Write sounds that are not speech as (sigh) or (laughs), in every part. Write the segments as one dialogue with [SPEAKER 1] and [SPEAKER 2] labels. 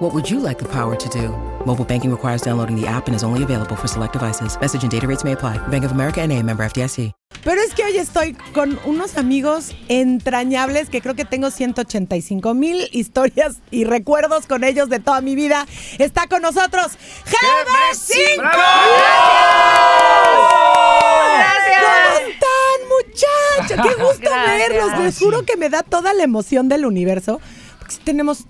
[SPEAKER 1] What would you like the power to do? Mobile banking requires downloading the app and is only available for select devices. Message and data rates may apply. Bank of America and a member FDIC.
[SPEAKER 2] Pero es que hoy estoy con unos amigos entrañables que creo que tengo 185 mil historias y recuerdos con ellos de toda mi vida. Está con nosotros GB5. ¿Cómo están, muchachos? Qué gusto
[SPEAKER 3] Gracias.
[SPEAKER 2] verlos. Les juro que me da toda la emoción del universo. Porque sí tenemos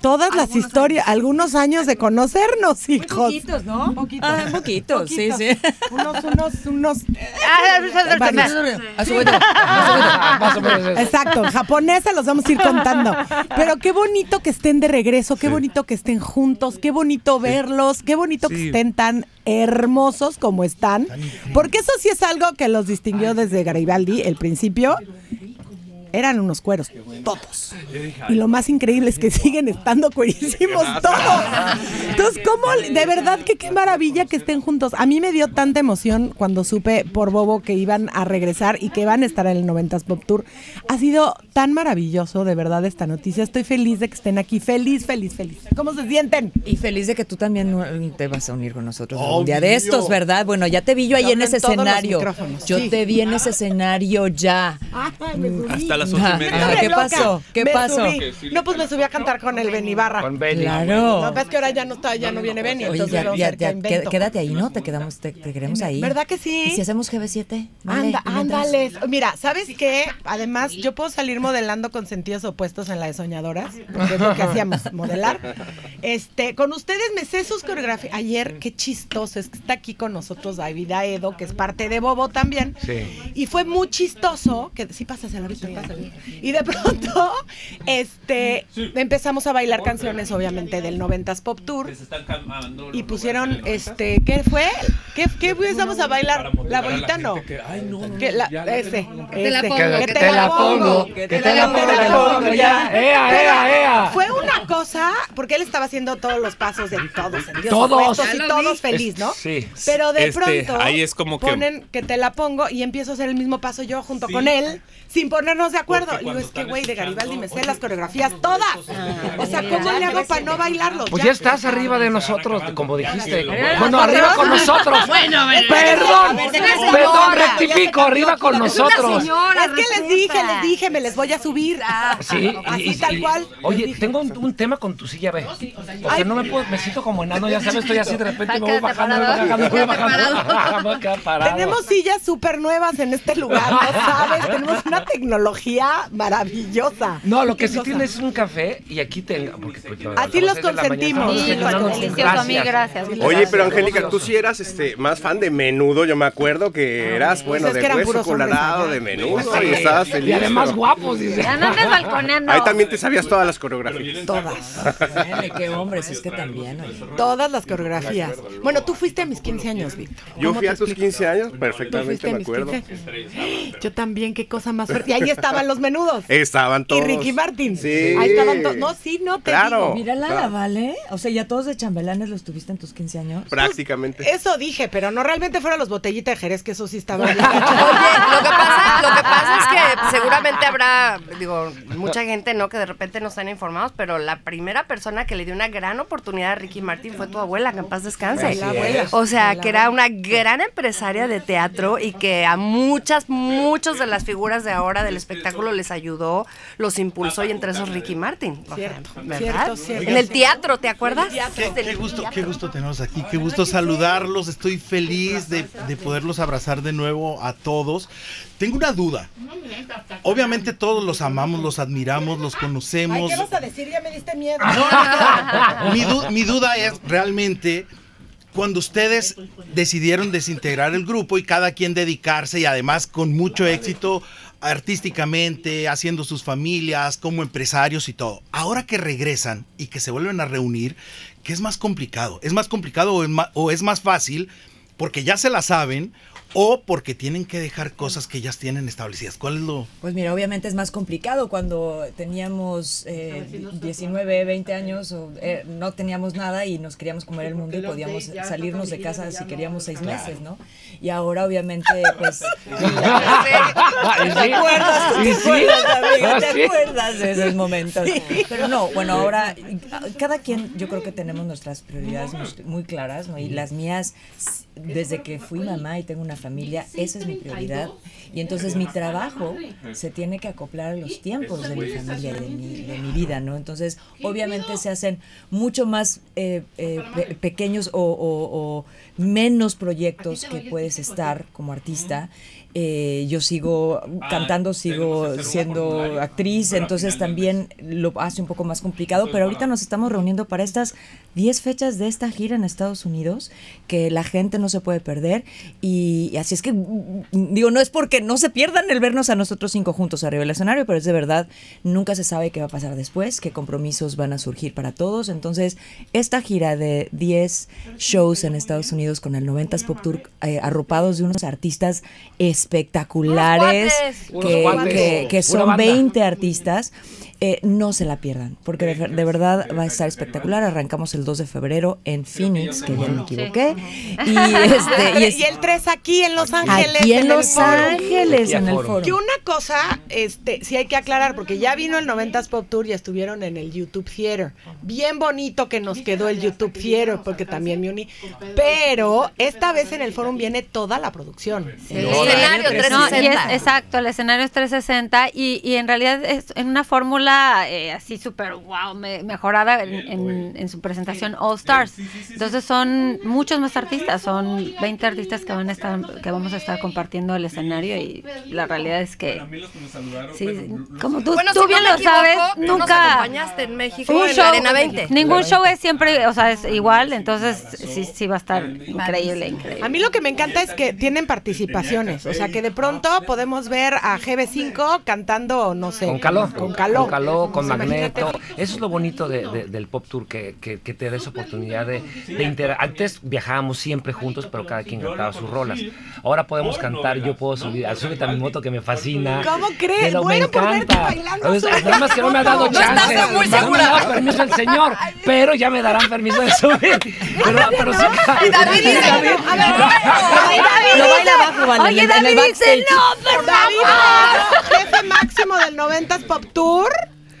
[SPEAKER 2] todas las historias, algunos años de conocernos, hijos.
[SPEAKER 4] Poquitos, ¿no? Poquitos.
[SPEAKER 2] (laughs)
[SPEAKER 3] Ah, poquitos, sí, sí.
[SPEAKER 2] Unos, unos, unos.
[SPEAKER 3] Varios. A su vez, a su vez, más o menos eso.
[SPEAKER 2] Exacto, en japonés se los vamos a ir contando. Pero qué bonito que estén de regreso, qué bonito que estén juntos, qué bonito verlos, qué bonito que estén tan hermosos como están. Porque eso sí es algo que los distinguió desde Garibaldi, el principio. Eran unos cueros, todos. Y lo más increíble es que siguen estando cuerísimos todos. Entonces, ¿cómo? De verdad que qué maravilla que estén juntos. A mí me dio tanta emoción cuando supe por Bobo que iban a regresar y que van a estar en el 90s Pop Tour. Ha sido tan maravilloso, de verdad, esta noticia. Estoy feliz de que estén aquí. Feliz, feliz, feliz. ¿Cómo se sienten?
[SPEAKER 4] Y feliz de que tú también no- eh, te vas a unir con nosotros un día de estos, ¿verdad? Bueno, ya te vi yo ahí en
[SPEAKER 2] Abren
[SPEAKER 4] ese
[SPEAKER 2] todos los
[SPEAKER 4] escenario.
[SPEAKER 2] micrófonos.
[SPEAKER 4] Yo
[SPEAKER 2] Sí.
[SPEAKER 4] te vi en ese escenario ya.
[SPEAKER 5] Hasta las ocho y media.
[SPEAKER 2] Ah,
[SPEAKER 4] Ajá. ¿qué pasó? ¿Qué
[SPEAKER 2] Me
[SPEAKER 4] pasó?
[SPEAKER 2] subí. No, pues me subí a cantar con el Benibarra. No,
[SPEAKER 4] Claro.
[SPEAKER 2] ves que ahora ya no está, ya no viene Benny.
[SPEAKER 4] Oye,
[SPEAKER 2] entonces
[SPEAKER 4] ya,
[SPEAKER 2] vamos a
[SPEAKER 4] ya-
[SPEAKER 2] ver qué
[SPEAKER 4] ya,
[SPEAKER 2] invento.
[SPEAKER 4] qued- quédate ahí, ¿no? Te quedamos, te, te queremos ahí.
[SPEAKER 2] ¿Verdad que sí?
[SPEAKER 4] ¿Y si hacemos GB7? Vale,
[SPEAKER 2] Anda,
[SPEAKER 4] ¿y mientras?
[SPEAKER 2] ándales. Mira, ¿sabes qué? Además, yo puedo salir modelando con sentidos opuestos en la de soñadoras, que es lo que hacíamos,
[SPEAKER 4] (laughs)
[SPEAKER 2] modelar. Este, con ustedes me sé sus coreografías. Ayer, qué chistoso, es que está aquí con nosotros David Aedo, que es parte de Bobo también.
[SPEAKER 6] Sí.
[SPEAKER 2] Y fue muy chistoso, que sí pásaselo ahorita, pásaselo. Y de pronto, este, empezamos a bailar canciones, obviamente, del 90s Pop Tour.
[SPEAKER 5] Se están calmando los
[SPEAKER 2] Y pusieron,
[SPEAKER 5] lugares.
[SPEAKER 2] este, ¿qué fue? ¿Qué, qué empezamos a bailar?
[SPEAKER 5] motivar
[SPEAKER 2] La
[SPEAKER 5] a la
[SPEAKER 2] bolita no.
[SPEAKER 5] gente que, ay, no, no,
[SPEAKER 2] Que
[SPEAKER 5] no,
[SPEAKER 2] la,
[SPEAKER 5] ya la
[SPEAKER 2] ese,
[SPEAKER 5] tengo.
[SPEAKER 2] ese.
[SPEAKER 7] la pongo,
[SPEAKER 2] Que
[SPEAKER 7] que
[SPEAKER 2] te la pongo,
[SPEAKER 7] que te la
[SPEAKER 2] que
[SPEAKER 7] pongo, ya. Ea,
[SPEAKER 2] Pero
[SPEAKER 7] ea, ea.
[SPEAKER 2] Fue una cosa, porque él estaba haciendo todos los pasos de todos, en Dios
[SPEAKER 7] Todos.
[SPEAKER 2] puestos
[SPEAKER 7] Ya
[SPEAKER 2] y
[SPEAKER 7] lo
[SPEAKER 2] todos
[SPEAKER 7] vi.
[SPEAKER 2] feliz, ¿no?
[SPEAKER 7] Sí.
[SPEAKER 2] Pero de
[SPEAKER 5] Este,
[SPEAKER 2] pronto
[SPEAKER 5] ahí es como que-
[SPEAKER 2] ponen que te la pongo y empiezo a hacer el mismo paso yo junto
[SPEAKER 5] Sí.
[SPEAKER 2] con él, sin ponernos de acuerdo.
[SPEAKER 5] Porque
[SPEAKER 2] Le digo,
[SPEAKER 5] cuando
[SPEAKER 2] es que
[SPEAKER 5] están
[SPEAKER 2] güey, de Garibaldi me sé
[SPEAKER 5] escuchando,
[SPEAKER 2] las
[SPEAKER 5] oye,
[SPEAKER 2] coreografías todas. O sea, ¿cómo le hago para no bailarlos?
[SPEAKER 7] Pues ya estás arriba de nosotros, como dijiste.
[SPEAKER 5] Ya.
[SPEAKER 7] Bueno, arriba
[SPEAKER 2] (laughs)
[SPEAKER 7] con nosotros. Bueno, perdón,
[SPEAKER 2] Es una señora.
[SPEAKER 7] perdón,
[SPEAKER 2] Ya se
[SPEAKER 7] rectifico,
[SPEAKER 2] cambió,
[SPEAKER 7] arriba con
[SPEAKER 2] es una
[SPEAKER 7] nosotros.
[SPEAKER 2] Es que les dije, les dije, me les voy a subir. Ah,
[SPEAKER 7] Sí, y-
[SPEAKER 2] así
[SPEAKER 7] y-
[SPEAKER 2] tal
[SPEAKER 7] y-
[SPEAKER 2] cual. Les
[SPEAKER 7] Oye,
[SPEAKER 2] dije.
[SPEAKER 7] tengo un, un tema con tu silla, ve. Porque no me puedo, me siento como enano, ya sabes, estoy así de repente, me voy bajando, me voy bajando, me voy bajando. Me (laughs) voy a quedar parado.
[SPEAKER 2] Tenemos sillas súper nuevas en este lugar, ¿no
[SPEAKER 7] (laughs)
[SPEAKER 2] sabes? Tenemos una tecnología maravillosa.
[SPEAKER 7] No, lo que sí
[SPEAKER 2] Cosa.
[SPEAKER 7] tienes es un café y aquí tenga. Porque, pues,
[SPEAKER 2] Así los consentimos.
[SPEAKER 7] Sí,
[SPEAKER 2] Sí,
[SPEAKER 7] delicioso,
[SPEAKER 2] delicioso,
[SPEAKER 7] gracias.
[SPEAKER 3] amigo, gracias.
[SPEAKER 8] Oye, pero Angélica, tú sí eras este, más fan de menudo, yo me acuerdo que eras, bueno,
[SPEAKER 2] es Ah, que
[SPEAKER 8] de
[SPEAKER 2] eran
[SPEAKER 8] hueso
[SPEAKER 2] puros hombres
[SPEAKER 8] colorado,
[SPEAKER 2] allá.
[SPEAKER 8] de menudo,
[SPEAKER 7] Sí.
[SPEAKER 8] y estabas feliz.
[SPEAKER 7] Y además
[SPEAKER 8] pero-
[SPEAKER 7] guapos, dice.
[SPEAKER 3] Ya no andes balconeando.
[SPEAKER 8] Ahí también te sabías todas las coreografías.
[SPEAKER 2] (laughs) Todas,
[SPEAKER 4] Ay, qué hombres, es que también. oye.
[SPEAKER 2] todas las coreografías. Bueno, tú fuiste a mis 15 años, Víctor.
[SPEAKER 8] Yo
[SPEAKER 2] ¿Cómo
[SPEAKER 8] fui
[SPEAKER 2] te
[SPEAKER 8] a tus
[SPEAKER 2] explico?
[SPEAKER 8] 15 años,
[SPEAKER 2] Tú fuiste
[SPEAKER 8] perfectamente
[SPEAKER 2] a
[SPEAKER 8] me
[SPEAKER 2] mis
[SPEAKER 8] acuerdo.
[SPEAKER 2] 15 años. Yo también, qué cosa más fuerte. Y ahí estaban los menudos.
[SPEAKER 8] Estaban todos.
[SPEAKER 2] Y Ricky Martin.
[SPEAKER 8] Sí.
[SPEAKER 2] Ahí estaban todos. No, sí, no te
[SPEAKER 8] Claro.
[SPEAKER 2] digo.
[SPEAKER 4] Mírala, la
[SPEAKER 8] claro.
[SPEAKER 4] vale. O sea, ya todos de chambelanes los tuviste en tus 15 años.
[SPEAKER 8] Prácticamente.
[SPEAKER 2] Eso dije, pero no realmente fueron los botellitas de Jerez, que eso sí estaba bien.
[SPEAKER 9] Oye, lo que pasa, lo que pasa es que seguramente habrá, digo, mucha gente, ¿no? Que de repente no están informados, pero la primera persona que le dio una gran oportunidad a Ricky Martin fue tu abuela, que en paz descanse.
[SPEAKER 2] La abuela.
[SPEAKER 9] O sea, que era una gran empresaria de teatro y que a muchas, muchas de las figuras de ahora del espectáculo les ayudó, los impulsó y entre esos Ricky Martin. por
[SPEAKER 2] Cierto,
[SPEAKER 9] ejemplo,
[SPEAKER 2] cierto,
[SPEAKER 9] ¿verdad?
[SPEAKER 2] cierto.
[SPEAKER 9] En el teatro, ¿te acuerdas?
[SPEAKER 10] Qué, qué gusto, qué gusto tenerlos aquí, qué gusto saludarlos, estoy feliz de, de poderlos abrazar de nuevo a todos. Tengo una duda. Obviamente todos los amamos, los admiramos, los
[SPEAKER 2] Ay,
[SPEAKER 10] conocemos.
[SPEAKER 2] ¿qué vas a decir? Ya me diste miedo.
[SPEAKER 10] Mi, du- mi duda es realmente cuando ustedes decidieron desintegrar el grupo y cada quien dedicarse y además con mucho éxito artísticamente, haciendo sus familias, como empresarios y todo. Ahora que regresan y que se vuelven a reunir, ¿qué es más complicado? ¿Es más complicado o es ma- o es más, fácil? Porque ya se la saben. o porque tienen que dejar cosas que ellas tienen establecidas. ¿Cuál es lo...?
[SPEAKER 4] Pues mira, obviamente es más complicado cuando teníamos eh, 19, 20 años, o, eh, no teníamos nada y nos queríamos comer el mundo y podíamos salirnos de casa si queríamos seis meses, ¿no? Y ahora obviamente,
[SPEAKER 7] (laughs)
[SPEAKER 4] pues... (laughs) ¿Te acuerdas? ¿Tú te
[SPEAKER 7] Sí, sí.
[SPEAKER 4] acuerdas, amiga?
[SPEAKER 7] Ah, sí.
[SPEAKER 4] ¿Te acuerdas de esos momentos? Pero no, bueno, ahora cada quien yo creo que tenemos nuestras prioridades muy- muy claras, ¿no? Y las mías, desde que fui mamá y tengo una familia, esa es mi prioridad. Y entonces mi trabajo se tiene que acoplar a los tiempos de mi familia y de mi, de mi vida, ¿no? Entonces, obviamente se hacen mucho más eh, eh, pe- pequeños o, o- o menos proyectos que puedes estar como artista. Eh, yo sigo cantando, sigo siendo actriz, entonces también lo hace un poco más complicado, pero ahorita nos estamos reuniendo para estas 10 fechas de esta gira en Estados Unidos que la gente no se puede perder y, y así es que mm, digo, no es porque no se pierdan el vernos a nosotros cinco juntos arriba del escenario, pero es de verdad, nunca se sabe qué va a pasar después, qué compromisos van a surgir para todos, entonces esta gira de 10 shows en Estados Unidos con el 90s Pop Tour eh, arropados de unos artistas espectaculares
[SPEAKER 7] Unos
[SPEAKER 4] que,
[SPEAKER 7] guantes.
[SPEAKER 4] que- que
[SPEAKER 7] Pura
[SPEAKER 4] son
[SPEAKER 7] banda.
[SPEAKER 4] 20 artistas. eh, no se la pierdan, porque de, de verdad va a estar espectacular. Arrancamos el 2 de febrero en Phoenix, que ya me equivoqué. (laughs) Y, este, y es-
[SPEAKER 2] y el 3 aquí en Los Ángeles.
[SPEAKER 4] aquí en
[SPEAKER 2] el
[SPEAKER 4] Los
[SPEAKER 2] foro.
[SPEAKER 4] Ángeles,
[SPEAKER 7] Aquí a
[SPEAKER 4] en el
[SPEAKER 7] foro.
[SPEAKER 2] Que
[SPEAKER 4] foro.
[SPEAKER 2] una cosa, este, sí hay que aclarar, porque ya vino el 90s Pop Tour y estuvieron en el YouTube Theater. Bien bonito que nos quedó el YouTube Theater, porque también me uní. Pero esta vez en el Forum viene toda la producción.
[SPEAKER 9] El escenario
[SPEAKER 3] No, y es,
[SPEAKER 9] 360.
[SPEAKER 3] exacto, el escenario es 360 y, y en realidad es en una fórmula eh, así súper wow, me- mejorada en, en- en su presentación All Stars. Entonces son muchos más artistas, son 20 artistas que van a estar, que vamos a estar compartiendo el escenario y la realidad es que sí, como tú,
[SPEAKER 9] Bueno,
[SPEAKER 3] tú
[SPEAKER 9] si
[SPEAKER 3] bien
[SPEAKER 9] no me
[SPEAKER 3] lo sabes,
[SPEAKER 9] equivoco, tú nos
[SPEAKER 3] nunca
[SPEAKER 9] acompañaste en México
[SPEAKER 3] un
[SPEAKER 9] en
[SPEAKER 3] show,
[SPEAKER 9] la Arena 20.
[SPEAKER 3] ningún show es siempre, o sea, es igual, entonces sí, sí va a estar increíble, increíble.
[SPEAKER 2] A mí lo que me encanta es que tienen participaciones, o sea que de pronto podemos ver a GB5 cantando, no sé,
[SPEAKER 7] Con calor.
[SPEAKER 2] con calor,
[SPEAKER 7] Con calor,
[SPEAKER 2] Pues
[SPEAKER 7] con
[SPEAKER 2] imagínate.
[SPEAKER 7] magneto. Eso es lo bonito de- de- del Pop Tour, que, que- que te da esa oportunidad de, de interar. Antes viajábamos siempre juntos, pero cada quien cantaba sus rolas. Ahora podemos cantar, yo puedo subir. ah, Súbete a mi moto que me fascina.
[SPEAKER 2] ¿Cómo crees?
[SPEAKER 7] Pero me
[SPEAKER 2] Muero por verte
[SPEAKER 7] encanta.
[SPEAKER 2] bailando,
[SPEAKER 7] Entonces,
[SPEAKER 2] súbete
[SPEAKER 7] Nada más que no me ha dado
[SPEAKER 9] No estás
[SPEAKER 7] chance.
[SPEAKER 9] muy
[SPEAKER 7] no me
[SPEAKER 9] segura.
[SPEAKER 7] ha dado permiso el señor, pero ya me darán permiso de subir. Pero, pero sí.
[SPEAKER 9] Y David dice,
[SPEAKER 7] David.
[SPEAKER 9] a ver, Roberto,
[SPEAKER 4] Lo baila abajo, vale,
[SPEAKER 3] Oye,
[SPEAKER 4] en el- en el
[SPEAKER 3] David dice,
[SPEAKER 4] backstage.
[SPEAKER 3] no, por
[SPEAKER 2] David,
[SPEAKER 3] favor.
[SPEAKER 2] jefe máximo del 90s Pop Tour.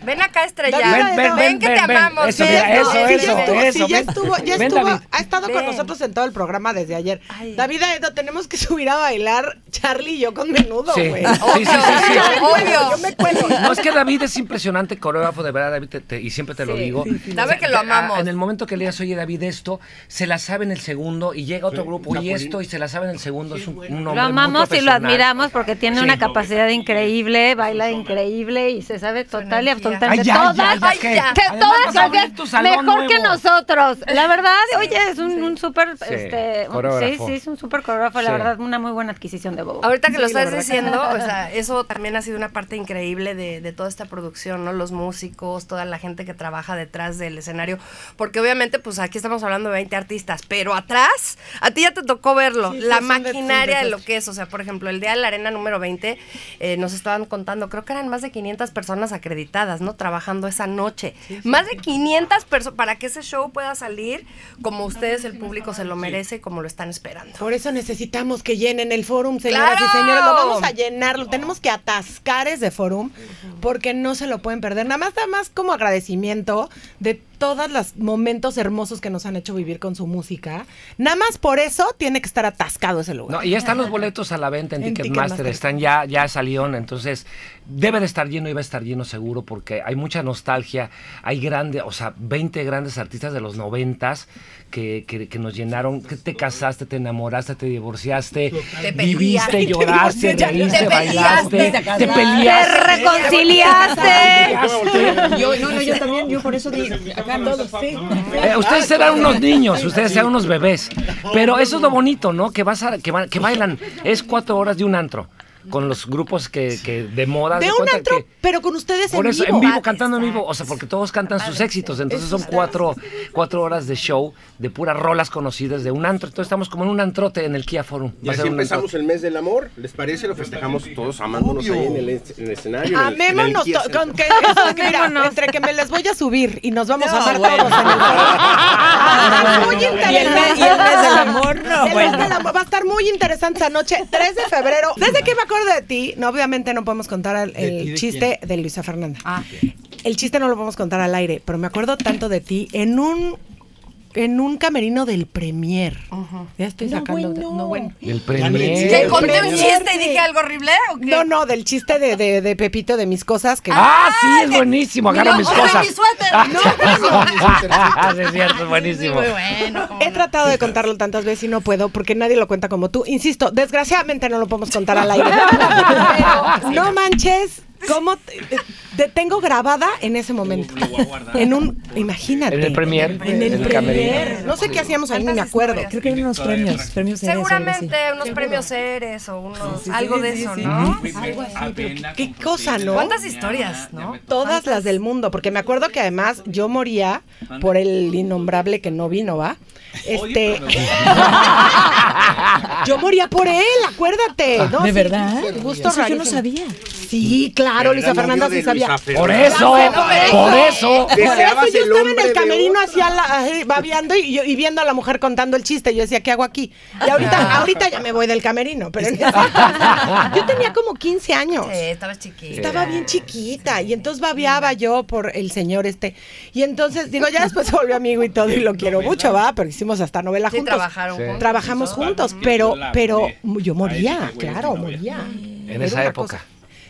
[SPEAKER 9] Ven acá, estrella.
[SPEAKER 7] Ven, ven, ven,
[SPEAKER 9] que
[SPEAKER 7] ven,
[SPEAKER 9] te
[SPEAKER 7] ven.
[SPEAKER 9] amamos.
[SPEAKER 7] Eso,
[SPEAKER 9] Ven,
[SPEAKER 7] mira,
[SPEAKER 9] no,
[SPEAKER 7] eso,
[SPEAKER 9] sí,
[SPEAKER 2] sí,
[SPEAKER 9] ya
[SPEAKER 7] eso,
[SPEAKER 9] estuvo.
[SPEAKER 2] estuvo,
[SPEAKER 7] eso.
[SPEAKER 2] sí, ya
[SPEAKER 7] ven.
[SPEAKER 2] estuvo, ya
[SPEAKER 7] Ven,
[SPEAKER 2] estuvo,
[SPEAKER 7] David.
[SPEAKER 2] ha estado con
[SPEAKER 9] Ven.
[SPEAKER 2] nosotros en todo el programa desde ayer.
[SPEAKER 9] Ay.
[SPEAKER 2] David Aedo, tenemos que subir a bailar Charlie y yo con menudo,
[SPEAKER 7] Sí.
[SPEAKER 2] güey.
[SPEAKER 7] Sí, sí, sí, sí.
[SPEAKER 9] Obvio.
[SPEAKER 2] Yo me
[SPEAKER 7] (laughs)
[SPEAKER 2] cuelo.
[SPEAKER 7] No, es que David es impresionante coreógrafo, de verdad, David, te- te- y siempre te lo digo.
[SPEAKER 9] Sabe que lo
[SPEAKER 7] Ah,
[SPEAKER 9] amamos.
[SPEAKER 7] En el momento que le das, oye, David, esto, se la sabe en el segundo, y llega otro grupo, y esto, y se la sabe en el segundo. Es un, un hombre
[SPEAKER 3] Lo amamos
[SPEAKER 7] muy
[SPEAKER 3] y lo
[SPEAKER 7] profesional.
[SPEAKER 3] admiramos porque tiene
[SPEAKER 7] Sí.
[SPEAKER 3] una capacidad increíble, baila increíble y se sabe total y
[SPEAKER 9] energía.
[SPEAKER 3] absolutamente
[SPEAKER 7] Ay, ya,
[SPEAKER 3] todas.
[SPEAKER 7] ya, ya,
[SPEAKER 3] Ay,
[SPEAKER 7] ¿qué?
[SPEAKER 3] ya. Que
[SPEAKER 7] Además, vas a
[SPEAKER 3] todas
[SPEAKER 7] abrir
[SPEAKER 3] las-
[SPEAKER 7] tu salón
[SPEAKER 3] mejor que
[SPEAKER 7] nuevo.
[SPEAKER 3] nosotros. La verdad, oye, es un, un súper,
[SPEAKER 7] Sí,
[SPEAKER 3] este, un- sí,
[SPEAKER 7] coreógrafo.
[SPEAKER 3] sí, es un súper coreógrafo,
[SPEAKER 7] Sí.
[SPEAKER 3] la verdad, una muy buena adquisición de Bobo.
[SPEAKER 9] Ahorita que lo
[SPEAKER 3] Sí, la
[SPEAKER 9] estás
[SPEAKER 3] verdad que-
[SPEAKER 9] diciendo, o
[SPEAKER 3] (laughs)
[SPEAKER 9] sea, eso también ha sido una parte increíble de, de toda esta producción, ¿no? Los músicos, toda la gente que trabaja detrás del escenario, porque obviamente, pues aquí estamos hablando de 20 artistas, pero atrás, a ti ya te tocó verlo,
[SPEAKER 2] Sí,
[SPEAKER 9] la
[SPEAKER 2] es un de- es un
[SPEAKER 9] maquinaria de lo
[SPEAKER 2] desastre.
[SPEAKER 9] que es, o sea, por ejemplo, el día de la arena número 20, eh, nos estaban contando, creo que eran más de 500 personas acreditadas, ¿no? Trabajando esa noche, más de 500 personas, para que ese show pueda salir como ustedes, el público se lo merece y como lo están esperando.
[SPEAKER 2] Por eso necesitamos que llenen el forum, señoras
[SPEAKER 9] ¡Claro!
[SPEAKER 2] y señores. Lo vamos a llenar, lo tenemos que atascar ese forum porque no se lo pueden perder. Nada más, nada más como agradecimiento de todos los momentos hermosos que nos han hecho vivir con su música. Nada más por eso tiene que estar atascado ese lugar.
[SPEAKER 7] No, y ya están los boletos a la venta en,
[SPEAKER 2] En
[SPEAKER 7] Ticketmaster,
[SPEAKER 2] Ticketmaster.
[SPEAKER 7] están ya, ya salieron, entonces debe de estar lleno y va a estar lleno seguro porque hay mucha nostalgia, hay grande, o sea, 20 grandes artistas de los noventas que, que, que nos llenaron, que te casaste, te enamoraste, te divorciaste,
[SPEAKER 9] Te peleaste.
[SPEAKER 7] viviste, lloraste,
[SPEAKER 2] Te
[SPEAKER 7] reíste,
[SPEAKER 9] peleaste,
[SPEAKER 7] bailaste,
[SPEAKER 4] te
[SPEAKER 7] te
[SPEAKER 4] casaste.
[SPEAKER 3] Te
[SPEAKER 7] peleaste.
[SPEAKER 3] reconciliaste.
[SPEAKER 4] Yo, no, no, yo también, yo por eso digo, acá todos, sí.
[SPEAKER 7] Eh, ustedes eran unos niños, ustedes eran unos bebés. Pero eso es lo bonito, ¿no? Que vas a, que, va- que bailan. Es cuatro horas de un antro. con los grupos que, que de moda. haz
[SPEAKER 2] De un
[SPEAKER 7] cuenta
[SPEAKER 2] antro,
[SPEAKER 7] que-
[SPEAKER 2] pero con ustedes
[SPEAKER 7] por
[SPEAKER 2] en
[SPEAKER 7] eso,
[SPEAKER 2] vivo.
[SPEAKER 7] en vivo, cantando en vivo. O sea, porque todos cantan sus éxitos. Entonces son cuatro, cuatro horas de show de puras rolas conocidas de un antro. Entonces estamos como en un antrote en el Kia Forum.
[SPEAKER 8] Y
[SPEAKER 7] Va a
[SPEAKER 8] así
[SPEAKER 7] ser un
[SPEAKER 8] empezamos
[SPEAKER 7] antrote.
[SPEAKER 8] el mes del amor. ¿Les parece? Lo festejamos todos amándonos ahí en el, es- en el escenario. en el- en el
[SPEAKER 2] Amémonos
[SPEAKER 8] Kia
[SPEAKER 2] Ah, to-
[SPEAKER 8] Center.
[SPEAKER 2] con que (laughs) eso, que mira, entre que me les voy a subir y nos vamos a amar todos en el
[SPEAKER 4] No,
[SPEAKER 2] programa. (laughs) Muy
[SPEAKER 4] bueno.
[SPEAKER 2] interesante.
[SPEAKER 4] Y el mes- y el mes del amor, no,
[SPEAKER 2] El mes
[SPEAKER 4] bueno.
[SPEAKER 2] del amor va a estar muy interesante esa noche, 3 de febrero. Desde que me acuerdo de ti, no obviamente no podemos contar el, el
[SPEAKER 10] ¿Y de
[SPEAKER 2] chiste de Luisa Fernanda.
[SPEAKER 9] Ah.
[SPEAKER 2] El chiste no lo podemos contar al aire, pero me acuerdo tanto de ti en un en un camerino del Premier. Ya estoy sacando de- no bueno.
[SPEAKER 7] El
[SPEAKER 9] ¿Te
[SPEAKER 7] premier.
[SPEAKER 9] conté un
[SPEAKER 2] Premio.
[SPEAKER 9] chiste y dije algo horrible o qué?
[SPEAKER 2] No, no, del chiste de, de- de Pepito de mis cosas que
[SPEAKER 7] Ah, sí, es buenísimo.
[SPEAKER 9] Mira,
[SPEAKER 2] (laughs)
[SPEAKER 7] Agarra mis
[SPEAKER 9] hombre,
[SPEAKER 7] cosas.
[SPEAKER 9] mi
[SPEAKER 7] (laughs)
[SPEAKER 9] suéter.
[SPEAKER 7] Ah, sí, es cierto, es buenísimo.
[SPEAKER 9] Muy bueno. como
[SPEAKER 2] He tratado de contarlo tantas veces y no puedo porque nadie lo cuenta como tú. Insisto, desgraciadamente no lo podemos contar
[SPEAKER 4] (laughs)
[SPEAKER 2] al aire. Pero no manches, cómo te, eh, te tengo grabada en ese momento. En un, imagínate.
[SPEAKER 7] En el premier.
[SPEAKER 2] En el,
[SPEAKER 7] camerino.
[SPEAKER 2] premier. No sé qué hacíamos ahí, ni me
[SPEAKER 9] Tantas
[SPEAKER 2] acuerdo.
[SPEAKER 9] historias.
[SPEAKER 4] Creo que eran unos premios, premios Eres, algo así.
[SPEAKER 9] Seguramente unos premios Eres o unos,
[SPEAKER 4] Sí, sí,
[SPEAKER 9] algo
[SPEAKER 4] sí,
[SPEAKER 9] de
[SPEAKER 4] sí,
[SPEAKER 9] eso,
[SPEAKER 4] sí.
[SPEAKER 9] ¿no?
[SPEAKER 5] Algo así, pero
[SPEAKER 2] qué cosa, ¿no?
[SPEAKER 9] ¿Cuántas historias, no?
[SPEAKER 2] Todas las del mundo, porque me acuerdo que además yo moría por el innombrable que no vino, ¿va? Este. (laughs) yo moría por él, acuérdate. ¿no?
[SPEAKER 4] ¿De
[SPEAKER 2] Sí,
[SPEAKER 4] verdad?
[SPEAKER 2] Gusto
[SPEAKER 4] Eso yo no
[SPEAKER 2] rarísimo.
[SPEAKER 4] sabía.
[SPEAKER 2] Sí,
[SPEAKER 8] Era
[SPEAKER 2] claro, Luisa
[SPEAKER 8] novio
[SPEAKER 2] Fernanda
[SPEAKER 8] de
[SPEAKER 2] sí sabía.
[SPEAKER 8] Luisa
[SPEAKER 7] Por
[SPEAKER 8] Fernanda.
[SPEAKER 7] eso, por eso.
[SPEAKER 2] Por eso
[SPEAKER 8] Deseabas
[SPEAKER 2] yo
[SPEAKER 8] el
[SPEAKER 2] estaba en
[SPEAKER 8] hombre
[SPEAKER 2] el
[SPEAKER 8] de
[SPEAKER 2] camerino
[SPEAKER 8] oro.
[SPEAKER 2] así, a la- ahí, babeando y, yo- y viendo a la mujer contando el chiste. Yo decía, ¿qué hago aquí? Y ahorita, ahorita ya me voy del camerino. Pero
[SPEAKER 9] (laughs)
[SPEAKER 2] en ese entonces, yo tenía como 15 años.
[SPEAKER 9] Sí, estabas chiquita.
[SPEAKER 2] Estaba bien chiquita y entonces babeaba yo por el señor este. Y entonces, digo, ya después se volvió amigo y todo y lo quiero mucho, va, pero hicimos hasta novela
[SPEAKER 9] Sí,
[SPEAKER 2] juntos.
[SPEAKER 9] trabajaron juntos.
[SPEAKER 2] Trabajamos juntos, pero pero yo moría,
[SPEAKER 5] güey,
[SPEAKER 2] claro,
[SPEAKER 5] mi novia.
[SPEAKER 2] moría.
[SPEAKER 7] En
[SPEAKER 2] Era
[SPEAKER 7] esa
[SPEAKER 2] una
[SPEAKER 7] época.
[SPEAKER 2] cosa.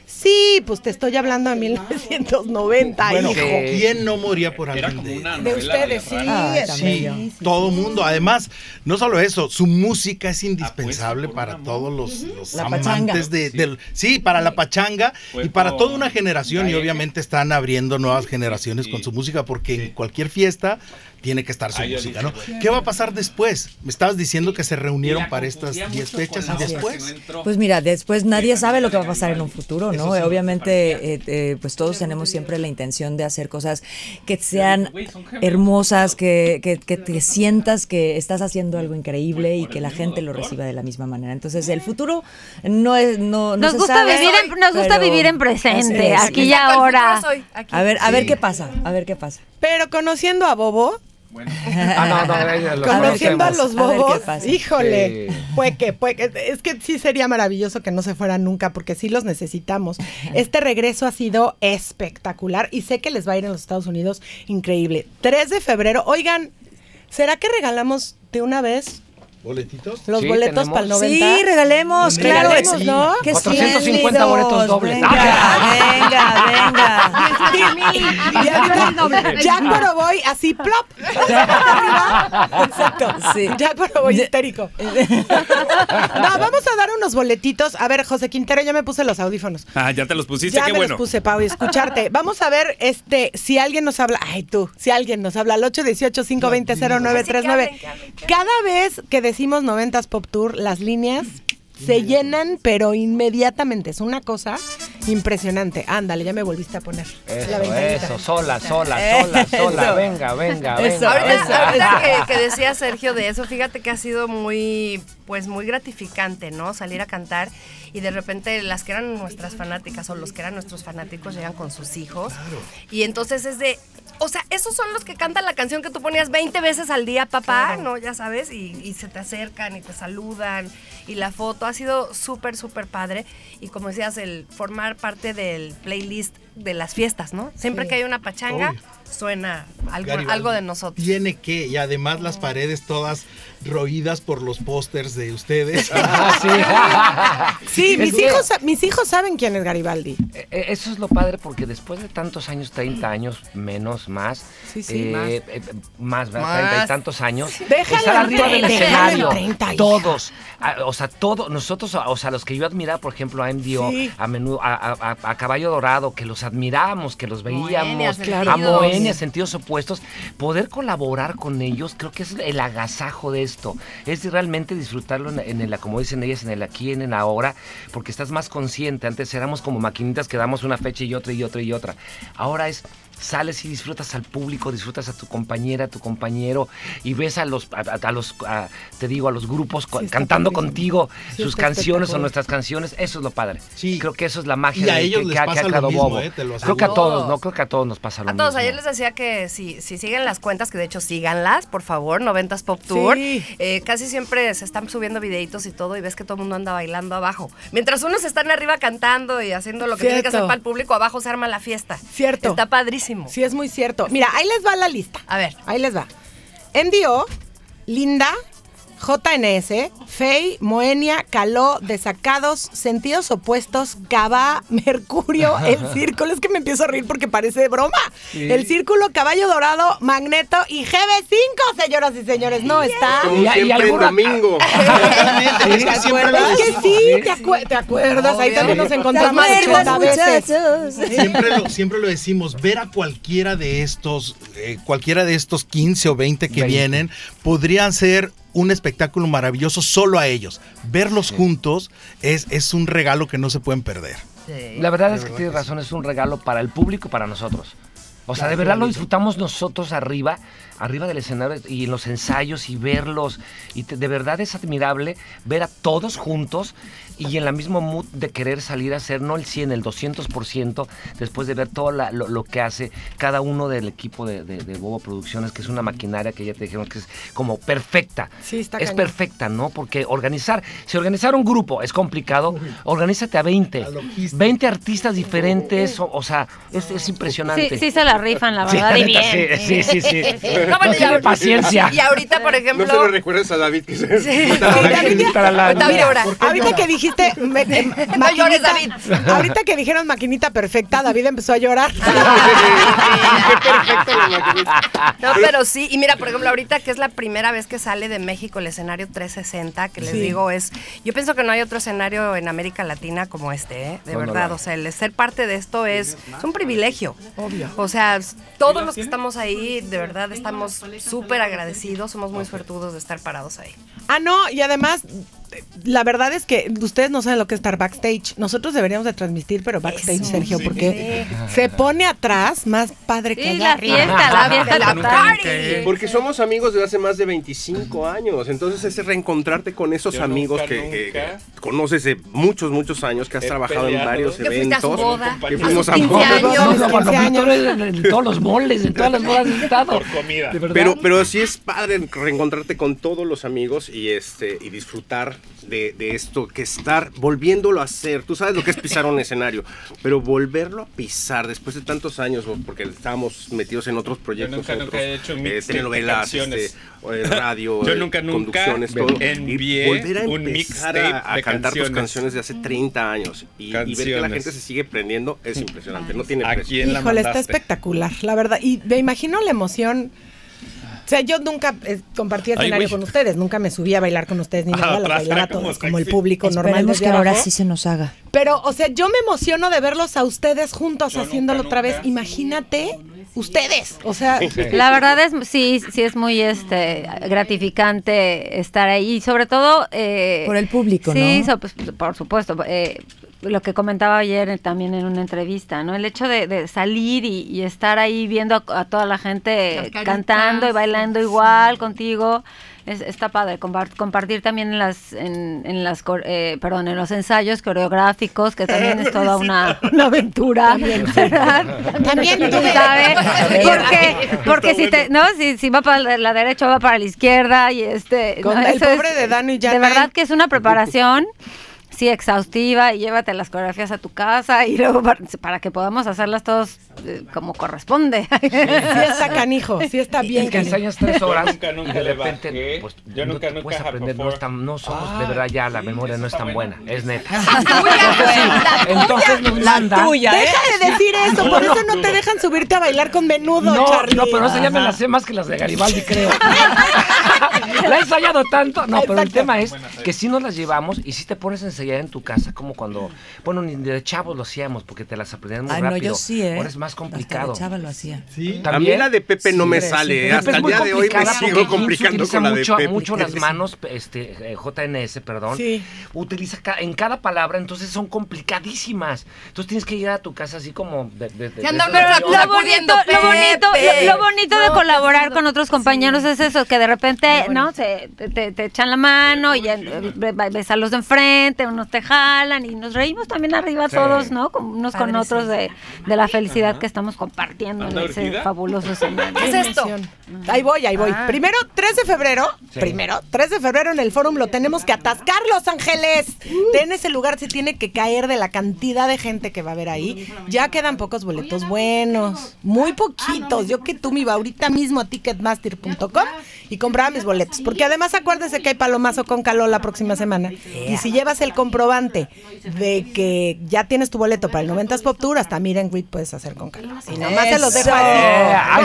[SPEAKER 2] Sí, pues te estoy hablando de 1990,
[SPEAKER 10] Bueno,
[SPEAKER 2] hijo.
[SPEAKER 7] Sí.
[SPEAKER 10] ¿quién no moría por
[SPEAKER 5] Era
[SPEAKER 10] alguien
[SPEAKER 5] como
[SPEAKER 10] de
[SPEAKER 5] una
[SPEAKER 2] De
[SPEAKER 5] novela
[SPEAKER 2] ustedes, sí.
[SPEAKER 5] rara.
[SPEAKER 4] Ah,
[SPEAKER 2] es-
[SPEAKER 4] tan
[SPEAKER 10] Sí,
[SPEAKER 4] bello.
[SPEAKER 10] todo mundo. Además, no solo eso, su música es indispensable
[SPEAKER 5] por
[SPEAKER 10] para
[SPEAKER 5] un
[SPEAKER 10] todos los, los
[SPEAKER 4] La
[SPEAKER 10] amantes de, del... Sí, para la pachanga
[SPEAKER 5] Fue
[SPEAKER 10] y para
[SPEAKER 5] con
[SPEAKER 10] toda una generación. Y
[SPEAKER 5] Gael.
[SPEAKER 10] obviamente están abriendo nuevas generaciones con su música porque en cualquier fiesta tiene que estar su
[SPEAKER 5] Ah, yo
[SPEAKER 10] música,
[SPEAKER 5] dije,
[SPEAKER 10] ¿no? ¿Qué va a pasar después? Me estabas diciendo que se reunieron para estas 10 fechas y después...
[SPEAKER 4] Pues mira, después nadie sabe lo que va a pasar en un futuro, ¿no? Obviamente, eh, eh, pues todos tenemos siempre la intención de hacer cosas que sean hermosas, que, que- que te sientas que estás haciendo algo increíble y que la gente lo reciba de la misma manera. Entonces, el futuro no es, no, no
[SPEAKER 3] Nos
[SPEAKER 4] se
[SPEAKER 3] gusta
[SPEAKER 4] sabe,
[SPEAKER 3] vivir en- nos gusta
[SPEAKER 4] pero
[SPEAKER 3] vivir en presente,
[SPEAKER 4] así es.
[SPEAKER 3] aquí ya.
[SPEAKER 9] Exacto, el
[SPEAKER 3] ahora.
[SPEAKER 9] futuro soy aquí.
[SPEAKER 4] A ver, a ver qué pasa, a ver qué pasa.
[SPEAKER 2] Pero conociendo a Bobo,
[SPEAKER 7] Ah, no, no, ella lo
[SPEAKER 2] conociendo a los
[SPEAKER 4] conocemos. A ver
[SPEAKER 2] bobos,
[SPEAKER 4] qué pasa.
[SPEAKER 2] híjole,
[SPEAKER 7] Sí.
[SPEAKER 2] pues que, pues que, es que sí sería maravilloso que no se fuera nunca, porque sí los necesitamos. Este regreso ha sido espectacular y sé que les va a ir en los Estados Unidos increíble. 3 de febrero, oigan, ¿será que regalamos de una vez
[SPEAKER 10] ¿Boletitos?
[SPEAKER 2] los
[SPEAKER 7] Sí,
[SPEAKER 2] boletos
[SPEAKER 7] tenemos.
[SPEAKER 2] para el 90?
[SPEAKER 4] Sí, regalemos, claro.
[SPEAKER 2] Regalemos, ¿no?
[SPEAKER 4] Qué
[SPEAKER 7] 450 boletos dobles.
[SPEAKER 4] Venga, venga, venga.
[SPEAKER 2] Y ahorita, Jack Boroboy, así plop. Exacto. (laughs)
[SPEAKER 4] Sí.
[SPEAKER 2] Jack Boroboy
[SPEAKER 9] (laughs)
[SPEAKER 2] histérico. No, vamos a dar unos boletitos. A ver, José Quintero, ya me puse los audífonos.
[SPEAKER 5] Ah, ya te los pusiste,
[SPEAKER 2] Ya
[SPEAKER 5] qué
[SPEAKER 2] me
[SPEAKER 5] bueno.
[SPEAKER 2] los puse, Pau,
[SPEAKER 9] (laughs)
[SPEAKER 2] y escucharte. Vamos a ver este si alguien nos habla. Ay, tú, si alguien nos habla al 818-520-0939.
[SPEAKER 9] Sí, que hablen, que hablen.
[SPEAKER 2] Cada vez que decimos 90s Pop Tour, las líneas se llenan, pero inmediatamente. Es una cosa impresionante. Ándale, ya me volviste a poner.
[SPEAKER 9] Eh.
[SPEAKER 2] la
[SPEAKER 7] Eso,
[SPEAKER 2] ventanita.
[SPEAKER 7] eso, sola, sola, sola, sola,
[SPEAKER 4] Eso.
[SPEAKER 7] venga, venga,
[SPEAKER 4] Eso.
[SPEAKER 7] venga.
[SPEAKER 9] Ahorita,
[SPEAKER 7] venga.
[SPEAKER 9] ahorita que,
[SPEAKER 7] (laughs)
[SPEAKER 9] que decía Sergio de eso, fíjate que ha sido muy, pues muy gratificante, ¿no? Salir a cantar y de repente las que eran nuestras fanáticas o los que eran nuestros fanáticos llegan con sus hijos. Y entonces es de, o sea, esos son los que cantan la canción que tú ponías 20 veces al día, papá, ¿no? Ya sabes, y, y se te acercan y te saludan y la foto. Ha sido súper, súper padre. Y como decías, el formar parte del playlist de las fiestas, ¿no? Siempre que hay una pachanga,
[SPEAKER 10] Obvio.
[SPEAKER 9] suena algo,
[SPEAKER 10] Garibaldi.
[SPEAKER 9] algo de nosotros. Ah.
[SPEAKER 10] Tiene que, y además las paredes todas roídas por los pósters de ustedes.
[SPEAKER 7] Ah, sí.
[SPEAKER 2] Sí, mis
[SPEAKER 7] Es que-
[SPEAKER 2] hijos, sa- mis hijos saben quién es Garibaldi.
[SPEAKER 7] Eh, eh, Eso es lo padre porque después de tantos años, 30 años, menos, más,
[SPEAKER 2] Sí, sí, más.
[SPEAKER 7] eh, eh, más, ¿verdad?
[SPEAKER 9] Más.
[SPEAKER 7] 30 y tantos años,
[SPEAKER 2] Déjalo
[SPEAKER 7] estar
[SPEAKER 2] en
[SPEAKER 7] arriba del
[SPEAKER 2] 30,
[SPEAKER 7] escenario,
[SPEAKER 2] déjalo en 30, hija.
[SPEAKER 7] todos, ah, o sea, todos, nosotros, o sea, los que yo admiraba, por ejemplo, a MDO,
[SPEAKER 2] Sí.
[SPEAKER 7] a menudo, a, a- a- a Caballo Dorado, que los admiramos, que los
[SPEAKER 9] Moenia,
[SPEAKER 7] veíamos,
[SPEAKER 9] Sentido.
[SPEAKER 7] a Moenia, genios, sentidos opuestos, poder colaborar con ellos, creo que es el agasajo de esto. Es realmente disfrutarlo en, en el, como dicen ellas, en el aquí, en el ahora, porque estás más consciente. Antes éramos como maquinitas que damos una fecha y otra y otra y otra. Ahora es sales y disfrutas al público, disfrutas a tu compañera, a tu compañero y ves a los, a, a- a los a- te digo, a los grupos co-
[SPEAKER 10] Sí, está
[SPEAKER 7] cantando
[SPEAKER 10] padrísimo.
[SPEAKER 7] contigo
[SPEAKER 10] Sí,
[SPEAKER 7] sus
[SPEAKER 10] está
[SPEAKER 7] canciones o
[SPEAKER 10] espectacular.
[SPEAKER 7] nuestras canciones. Eso es lo padre. Creo que eso es la magia
[SPEAKER 10] Y a
[SPEAKER 7] de-
[SPEAKER 10] ellos
[SPEAKER 7] que,
[SPEAKER 10] les
[SPEAKER 7] que ha- que
[SPEAKER 10] pasa
[SPEAKER 7] ha
[SPEAKER 10] lo
[SPEAKER 7] creado
[SPEAKER 10] mismo,
[SPEAKER 7] Bobo.
[SPEAKER 10] eh, te lo
[SPEAKER 7] creo que a
[SPEAKER 9] aseguro.
[SPEAKER 7] todos, no creo que a todos nos pasa lo
[SPEAKER 9] A todos,
[SPEAKER 7] mismo.
[SPEAKER 9] ayer les decía que si, si siguen las cuentas, que de hecho síganlas, por favor, 90s Pop Tour.
[SPEAKER 11] Sí.
[SPEAKER 9] Eh, casi siempre se están subiendo videitos y todo y ves que todo el mundo anda bailando abajo. Mientras unos están arriba cantando y haciendo lo que tiene que hacer
[SPEAKER 2] Cierto.
[SPEAKER 9] para el público, abajo se arma la fiesta.
[SPEAKER 2] Cierto.
[SPEAKER 9] Está padrísimo.
[SPEAKER 2] Sí, es muy cierto. Mira, ahí les va la lista.
[SPEAKER 9] A ver.
[SPEAKER 2] Ahí les va. MDO, Linda, JNS, Fey, Moenia, Caló, Desacados, Sentidos Opuestos, Cava, Mercurio, El Círculo. Es que me empiezo a reír porque parece de broma.
[SPEAKER 11] Sí.
[SPEAKER 2] El Círculo, Caballo Dorado, Magneto y GB5, señoras y señores. No, está...
[SPEAKER 8] Como
[SPEAKER 7] Y- y
[SPEAKER 8] siempre en
[SPEAKER 2] (laughs)
[SPEAKER 7] alguna-
[SPEAKER 8] domingo. (laughs)
[SPEAKER 2] ¿Te acuerdas? Es que sí, te, acue- te acuerdas. Ahí también nos encontramos 80 veces.
[SPEAKER 10] (laughs) Siempre lo, siempre lo decimos, ver a cualquiera de estos, eh, cualquiera de estos 15 o 20 que vienen, podrían ser un espectáculo maravilloso solo a ellos. Verlos juntos es, es un regalo que no se pueden perder.
[SPEAKER 7] La verdad
[SPEAKER 10] De
[SPEAKER 7] es que
[SPEAKER 10] verdad
[SPEAKER 7] tienes
[SPEAKER 10] que
[SPEAKER 7] razón, es un regalo para el público y para nosotros. O sea,
[SPEAKER 10] Claro,
[SPEAKER 7] de verdad lo
[SPEAKER 10] bonito.
[SPEAKER 7] disfrutamos nosotros arriba, arriba del escenario y en los ensayos y verlos. Y te- de verdad es admirable ver a todos juntos y en la misma mood de querer salir a hacer, no el 100, el 200%, después de ver todo la- lo, lo que hace cada uno del equipo de, de- de Bobo Producciones, que es una maquinaria que ya te dijeron que es como perfecta.
[SPEAKER 2] Sí, está
[SPEAKER 7] es
[SPEAKER 2] cañón.
[SPEAKER 7] perfecta, ¿no? Porque organizar, si organizar un grupo es complicado, organízate a 20. 20 artistas diferentes, o, o sea, es, es impresionante.
[SPEAKER 3] Sí, sí se la rifan, la
[SPEAKER 7] Sí,
[SPEAKER 3] verdad,
[SPEAKER 7] la
[SPEAKER 3] y
[SPEAKER 7] neta,
[SPEAKER 3] bien.
[SPEAKER 7] sí, sí, sí, sí.
[SPEAKER 9] No, bueno,
[SPEAKER 7] No tiene
[SPEAKER 9] ahor-
[SPEAKER 7] paciencia.
[SPEAKER 9] Y ahorita, por ejemplo.
[SPEAKER 8] No se lo recuerdes a David
[SPEAKER 9] (laughs)
[SPEAKER 8] que se
[SPEAKER 7] Para la-
[SPEAKER 9] Ahorita llora.
[SPEAKER 2] Ahorita
[SPEAKER 5] (laughs)
[SPEAKER 2] que dijiste me- eh,
[SPEAKER 9] llores,
[SPEAKER 2] maquinita,
[SPEAKER 9] David.
[SPEAKER 2] ahorita que dijeron maquinita perfecta, David empezó a llorar.
[SPEAKER 7] (laughs)
[SPEAKER 9] No, pero sí, y mira, por ejemplo, ahorita que es la primera vez que sale de México el escenario 360, que les
[SPEAKER 2] Sí.
[SPEAKER 9] digo es, yo pienso que no hay otro escenario en América Latina como este, ¿eh? de
[SPEAKER 7] No, no lo
[SPEAKER 9] verdad,
[SPEAKER 7] hay.
[SPEAKER 9] o sea, el ser parte de esto es, es un privilegio. Obvio. O sea, s- todos los que estamos ahí, de verdad, estamos súper agradecidos, somos muy suertudos de estar parados ahí.
[SPEAKER 2] Ah, no, y además, eh, la verdad es que ustedes no saben lo que es estar backstage. Nosotros deberíamos de transmitir, pero backstage,
[SPEAKER 9] Eso,
[SPEAKER 2] Sergio,
[SPEAKER 9] sí.
[SPEAKER 2] porque se pone atrás más padre que
[SPEAKER 3] Sí,
[SPEAKER 2] allá
[SPEAKER 3] la
[SPEAKER 2] arriba.
[SPEAKER 3] fiesta,
[SPEAKER 2] (laughs)
[SPEAKER 3] la fiesta
[SPEAKER 9] La
[SPEAKER 3] total.
[SPEAKER 9] party.
[SPEAKER 8] Porque somos amigos desde hace más de 25 años. Entonces es reencontrarte con esos amigos que, que- que conoces de muchos, muchos años, que has trabajado en varios
[SPEAKER 9] Que fuiste a su
[SPEAKER 8] eventos.
[SPEAKER 9] boda,
[SPEAKER 8] que
[SPEAKER 9] a
[SPEAKER 8] fuimos
[SPEAKER 9] su
[SPEAKER 8] a
[SPEAKER 9] 15
[SPEAKER 8] bodas.
[SPEAKER 9] años.
[SPEAKER 7] No, no, cuando
[SPEAKER 2] 15 años.
[SPEAKER 7] Víctor en- en todos los moles, en todas las bodas he estado. De verdad.
[SPEAKER 8] Pero, pero sí es padre reencontrarte con todos los amigos y este y disfrutar de, de esto que estar volviéndolo a hacer. Tú sabes lo que es pisar un escenario, pero volverlo a pisar después de tantos años, o porque estábamos metidos en otros proyectos,
[SPEAKER 5] nunca,
[SPEAKER 8] en
[SPEAKER 5] nunca
[SPEAKER 8] otros,
[SPEAKER 5] he hecho
[SPEAKER 8] eh,
[SPEAKER 5] mixtape de
[SPEAKER 8] telenovelas,
[SPEAKER 5] canciones.
[SPEAKER 8] este, o, eh, radio,
[SPEAKER 5] (laughs) Yo
[SPEAKER 8] eh,
[SPEAKER 5] nunca, nunca
[SPEAKER 8] conducciones, todo.
[SPEAKER 5] envié
[SPEAKER 8] y volver a
[SPEAKER 5] un
[SPEAKER 8] empezar
[SPEAKER 5] mixtape
[SPEAKER 8] a, a
[SPEAKER 5] de
[SPEAKER 8] cantar tus
[SPEAKER 5] canciones.
[SPEAKER 8] canciones de hace 30 años y, y ver que la
[SPEAKER 5] Canciones.
[SPEAKER 8] gente se sigue prendiendo es impresionante. No tiene
[SPEAKER 5] ¿A
[SPEAKER 8] precio.
[SPEAKER 5] quién la
[SPEAKER 2] Híjole, está
[SPEAKER 5] mandaste?
[SPEAKER 2] espectacular, la verdad. Y me imagino la emoción. O sea, yo nunca eh, compartí escenario
[SPEAKER 5] güey.
[SPEAKER 2] con ustedes, nunca me subí a bailar
[SPEAKER 5] (laughs)
[SPEAKER 2] con ustedes ni
[SPEAKER 5] Ah,
[SPEAKER 2] nada, los
[SPEAKER 5] atrás
[SPEAKER 2] bailaba
[SPEAKER 5] era como
[SPEAKER 2] todos (laughs) como el
[SPEAKER 5] sexy.
[SPEAKER 2] público normal.
[SPEAKER 4] Esperemos
[SPEAKER 2] desde
[SPEAKER 4] que ahora
[SPEAKER 2] abajo.
[SPEAKER 4] sí se nos haga.
[SPEAKER 2] Pero, o sea, yo me emociono de verlos a ustedes juntos haciéndolo otra vez. Imagínate, ustedes. O sea,
[SPEAKER 3] La
[SPEAKER 2] (laughs)
[SPEAKER 3] verdad es, sí, sí es muy este gratificante estar ahí, y sobre todo... eh,
[SPEAKER 4] Por el público,
[SPEAKER 3] sí,
[SPEAKER 4] ¿no?
[SPEAKER 3] so- pues, por supuesto. eh, lo que comentaba ayer eh, también en una entrevista, ¿no? El hecho de, de salir y, y estar ahí viendo a, a toda la gente
[SPEAKER 9] Las caritas.
[SPEAKER 3] cantando y bailando igual contigo, es, está padre. Compar- compartir también en las, en, en las, cor- eh, perdón, en los ensayos coreográficos, que también es toda una, una aventura, ¿verdad?
[SPEAKER 2] También
[SPEAKER 3] tú
[SPEAKER 2] tuve.
[SPEAKER 3] sabes, porque,
[SPEAKER 9] Está
[SPEAKER 3] porque si te, no, si, si va para la derecha, va para la izquierda y este,
[SPEAKER 2] Con
[SPEAKER 3] no,
[SPEAKER 2] el
[SPEAKER 3] eso es-
[SPEAKER 2] pobre de Dano y
[SPEAKER 3] De
[SPEAKER 2] Jana.
[SPEAKER 3] verdad que es una preparación. Sí, exhaustiva y llévate las coreografías a tu casa y luego para, para que podamos hacerlas todos eh, como corresponde.
[SPEAKER 2] sí está canijo, sí está bien
[SPEAKER 7] Y que
[SPEAKER 2] canijo.
[SPEAKER 7] ensayas tres
[SPEAKER 2] (laughs)
[SPEAKER 7] horas
[SPEAKER 5] nunca, nunca
[SPEAKER 7] y de
[SPEAKER 5] le
[SPEAKER 7] repente
[SPEAKER 5] bajé.
[SPEAKER 7] pues,
[SPEAKER 5] Yo
[SPEAKER 7] no
[SPEAKER 5] nunca,
[SPEAKER 7] te
[SPEAKER 5] nunca
[SPEAKER 7] puedes
[SPEAKER 5] have
[SPEAKER 7] aprender, no,
[SPEAKER 5] before.
[SPEAKER 7] están- no somos,
[SPEAKER 5] Ah,
[SPEAKER 7] de verdad ya la
[SPEAKER 5] sí,
[SPEAKER 7] memoria
[SPEAKER 5] esa
[SPEAKER 7] no es
[SPEAKER 5] está
[SPEAKER 7] tan buena,
[SPEAKER 5] buena.
[SPEAKER 7] es neta.
[SPEAKER 5] (laughs)
[SPEAKER 9] la
[SPEAKER 5] ¿eh?
[SPEAKER 7] Entonces nos manda...
[SPEAKER 2] Deja de decir eso, por eso no te dejan subirte a bailar con menudo,
[SPEAKER 7] No,
[SPEAKER 2] Charlie.
[SPEAKER 7] (laughs) no, pero esa ya me la sé más que las de Garibaldi, creo. (laughs) La he ensayado tanto. No, pero el
[SPEAKER 2] Exacto.
[SPEAKER 7] tema es que
[SPEAKER 8] eh.
[SPEAKER 7] si nos las llevamos y si te pones a ensayar en tu casa, como cuando, bueno, ni de chavos lo hacíamos porque te las aprendían muy
[SPEAKER 4] Ay, no,
[SPEAKER 7] rápido.
[SPEAKER 4] yo sí, ¿eh?
[SPEAKER 7] Ahora es más
[SPEAKER 4] Hasta de
[SPEAKER 7] complicado.
[SPEAKER 4] chava lo hacía.
[SPEAKER 8] A mí la de Pepe no me
[SPEAKER 4] Sí,
[SPEAKER 8] sale.
[SPEAKER 4] sí.
[SPEAKER 8] eh.
[SPEAKER 7] Pepe
[SPEAKER 8] Hasta
[SPEAKER 7] es
[SPEAKER 8] el
[SPEAKER 7] muy
[SPEAKER 8] día de hoy me
[SPEAKER 7] complicada porque
[SPEAKER 8] sigo
[SPEAKER 7] Jinx
[SPEAKER 8] complicando
[SPEAKER 7] utiliza
[SPEAKER 8] con la de
[SPEAKER 7] mucho,
[SPEAKER 8] Pepe.
[SPEAKER 7] mucho las manos, este, eh, JNS, perdón.
[SPEAKER 2] Sí.
[SPEAKER 7] Utiliza ca- en cada palabra, entonces son complicadísimas. Entonces tienes que llegar a tu casa así como de, de- de-
[SPEAKER 9] Se andan
[SPEAKER 7] de-
[SPEAKER 9] pero la-
[SPEAKER 3] Lo, lo bonito, lo bonito, lo, lo bonito de colaborar con otros compañeros es eso, que de repente, ¿no? Se, te, te- te echan la mano y ya, eh, be- ves a los de enfrente, unos te jalan y nos reímos también arriba
[SPEAKER 7] Sí.
[SPEAKER 3] todos, ¿no? Con- unos con
[SPEAKER 4] Padrísimo.
[SPEAKER 3] otros de, de la felicidad que estamos compartiendo en
[SPEAKER 5] ¿Anda
[SPEAKER 3] ese
[SPEAKER 5] urgida?
[SPEAKER 3] fabuloso escenario.
[SPEAKER 9] ¿Qué es esto?
[SPEAKER 2] Ahí voy, ahí voy. Primero, 3 de febrero.
[SPEAKER 7] Sí.
[SPEAKER 2] Primero, 3 de febrero en el Fórum lo tenemos que atascar, Los Ángeles. En ese lugar se tiene que caer de la cantidad de gente que va a haber ahí. Ya quedan pocos boletos buenos. Muy poquitos. Yo que tú me iba ahorita mismo a ticketmaster.com y compraba mis boletos. Porque además acuérdense que hay palomazo con calor la próxima semana. Y si llevas el comprobante de que ya tienes tu boleto para el 90s Pop Tour, hasta miren, Grid puedes hacer con calor. Y nomás te los dejo
[SPEAKER 4] Eso.
[SPEAKER 7] Eh, ahí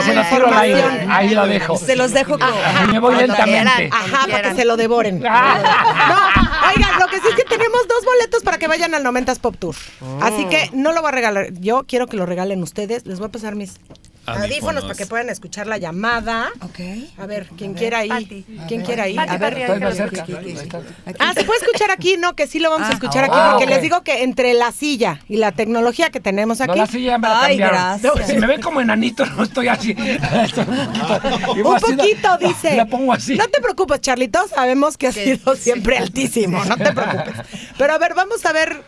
[SPEAKER 2] ahí.
[SPEAKER 7] se
[SPEAKER 2] Como
[SPEAKER 7] la tiro al aire,
[SPEAKER 2] información.
[SPEAKER 7] ahí la dejo.
[SPEAKER 4] Se los dejo con...
[SPEAKER 7] Y me voy
[SPEAKER 4] Cuando
[SPEAKER 7] lentamente. Ah.
[SPEAKER 4] quieran.
[SPEAKER 2] Ajá, para
[SPEAKER 9] quieran.
[SPEAKER 2] que se lo
[SPEAKER 7] (laughs)
[SPEAKER 2] devoren. No, oigan, lo que sí es que tenemos dos boletos para que vayan al 90s Pop Tour. Así que no lo voy a regalar. Yo quiero que lo regalen ustedes. Les voy a pasar mis audífonos, para que puedan escuchar la llamada.
[SPEAKER 4] Ok.
[SPEAKER 2] A ver, quien quiera
[SPEAKER 9] Pati.
[SPEAKER 2] ir. Quien quiera ir.
[SPEAKER 9] Pati,
[SPEAKER 2] A ver.
[SPEAKER 9] Pati,
[SPEAKER 7] Estoy más
[SPEAKER 9] déjalo.
[SPEAKER 7] cerca.
[SPEAKER 4] Aquí, aquí, aquí.
[SPEAKER 2] Ah, se puede escuchar aquí, no, que sí lo vamos a
[SPEAKER 4] Ah,
[SPEAKER 2] escuchar aquí,
[SPEAKER 7] ah,
[SPEAKER 2] porque
[SPEAKER 7] ok.
[SPEAKER 2] les digo que entre la silla y la tecnología que tenemos
[SPEAKER 7] No,
[SPEAKER 2] aquí,
[SPEAKER 7] la silla me la
[SPEAKER 4] Ay,
[SPEAKER 7] cambiaron.
[SPEAKER 4] gracias.
[SPEAKER 7] Si me ven como enanito, no estoy así. Estoy un poquito. Y voy
[SPEAKER 2] Un
[SPEAKER 7] así,
[SPEAKER 2] poquito,
[SPEAKER 7] la-
[SPEAKER 2] dice.
[SPEAKER 7] La pongo así.
[SPEAKER 2] No te preocupes, Charlito. Sabemos que has sido siempre altísimo. No te preocupes. Pero a ver, vamos a ver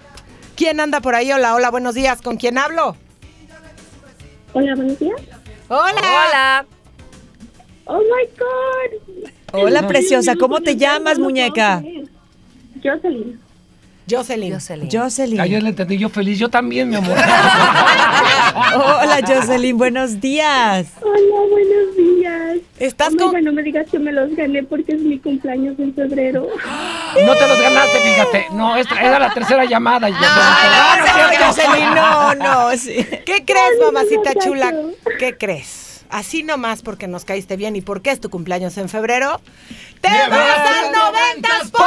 [SPEAKER 2] quién anda por ahí. Hola, hola, buenos días. ¿Con quién hablo?
[SPEAKER 12] Hola, buenos días.
[SPEAKER 2] Hola.
[SPEAKER 9] Hola.
[SPEAKER 12] Oh my God.
[SPEAKER 4] Hola, preciosa. ¿Cómo te llamas, muñeca?
[SPEAKER 12] Yo soy
[SPEAKER 2] Jocelyn.
[SPEAKER 7] Ayer
[SPEAKER 4] Jocelyn.
[SPEAKER 7] le entendí yo feliz. Yo también, mi amor.
[SPEAKER 4] (laughs) Hola, Jocelyn. Buenos días.
[SPEAKER 12] Hola, buenos días.
[SPEAKER 2] Estás
[SPEAKER 12] Oh my
[SPEAKER 2] con.
[SPEAKER 12] God, no me digas que me los gané porque es mi cumpleaños en febrero.
[SPEAKER 7] No te los ganaste, fíjate. No, esta era la tercera llamada. y ya Ah,
[SPEAKER 4] Ay, no, Jocelyn, no, no. sí.
[SPEAKER 2] (laughs) ¿Qué crees,
[SPEAKER 12] no,
[SPEAKER 2] mamacita
[SPEAKER 12] no,
[SPEAKER 2] chula?
[SPEAKER 12] gracias.
[SPEAKER 2] ¿Qué crees? Así nomás porque nos caíste bien y porque es tu cumpleaños en febrero. ¡Te
[SPEAKER 7] ¡Me
[SPEAKER 2] vas
[SPEAKER 7] vas
[SPEAKER 2] al
[SPEAKER 7] al
[SPEAKER 2] 90 Pop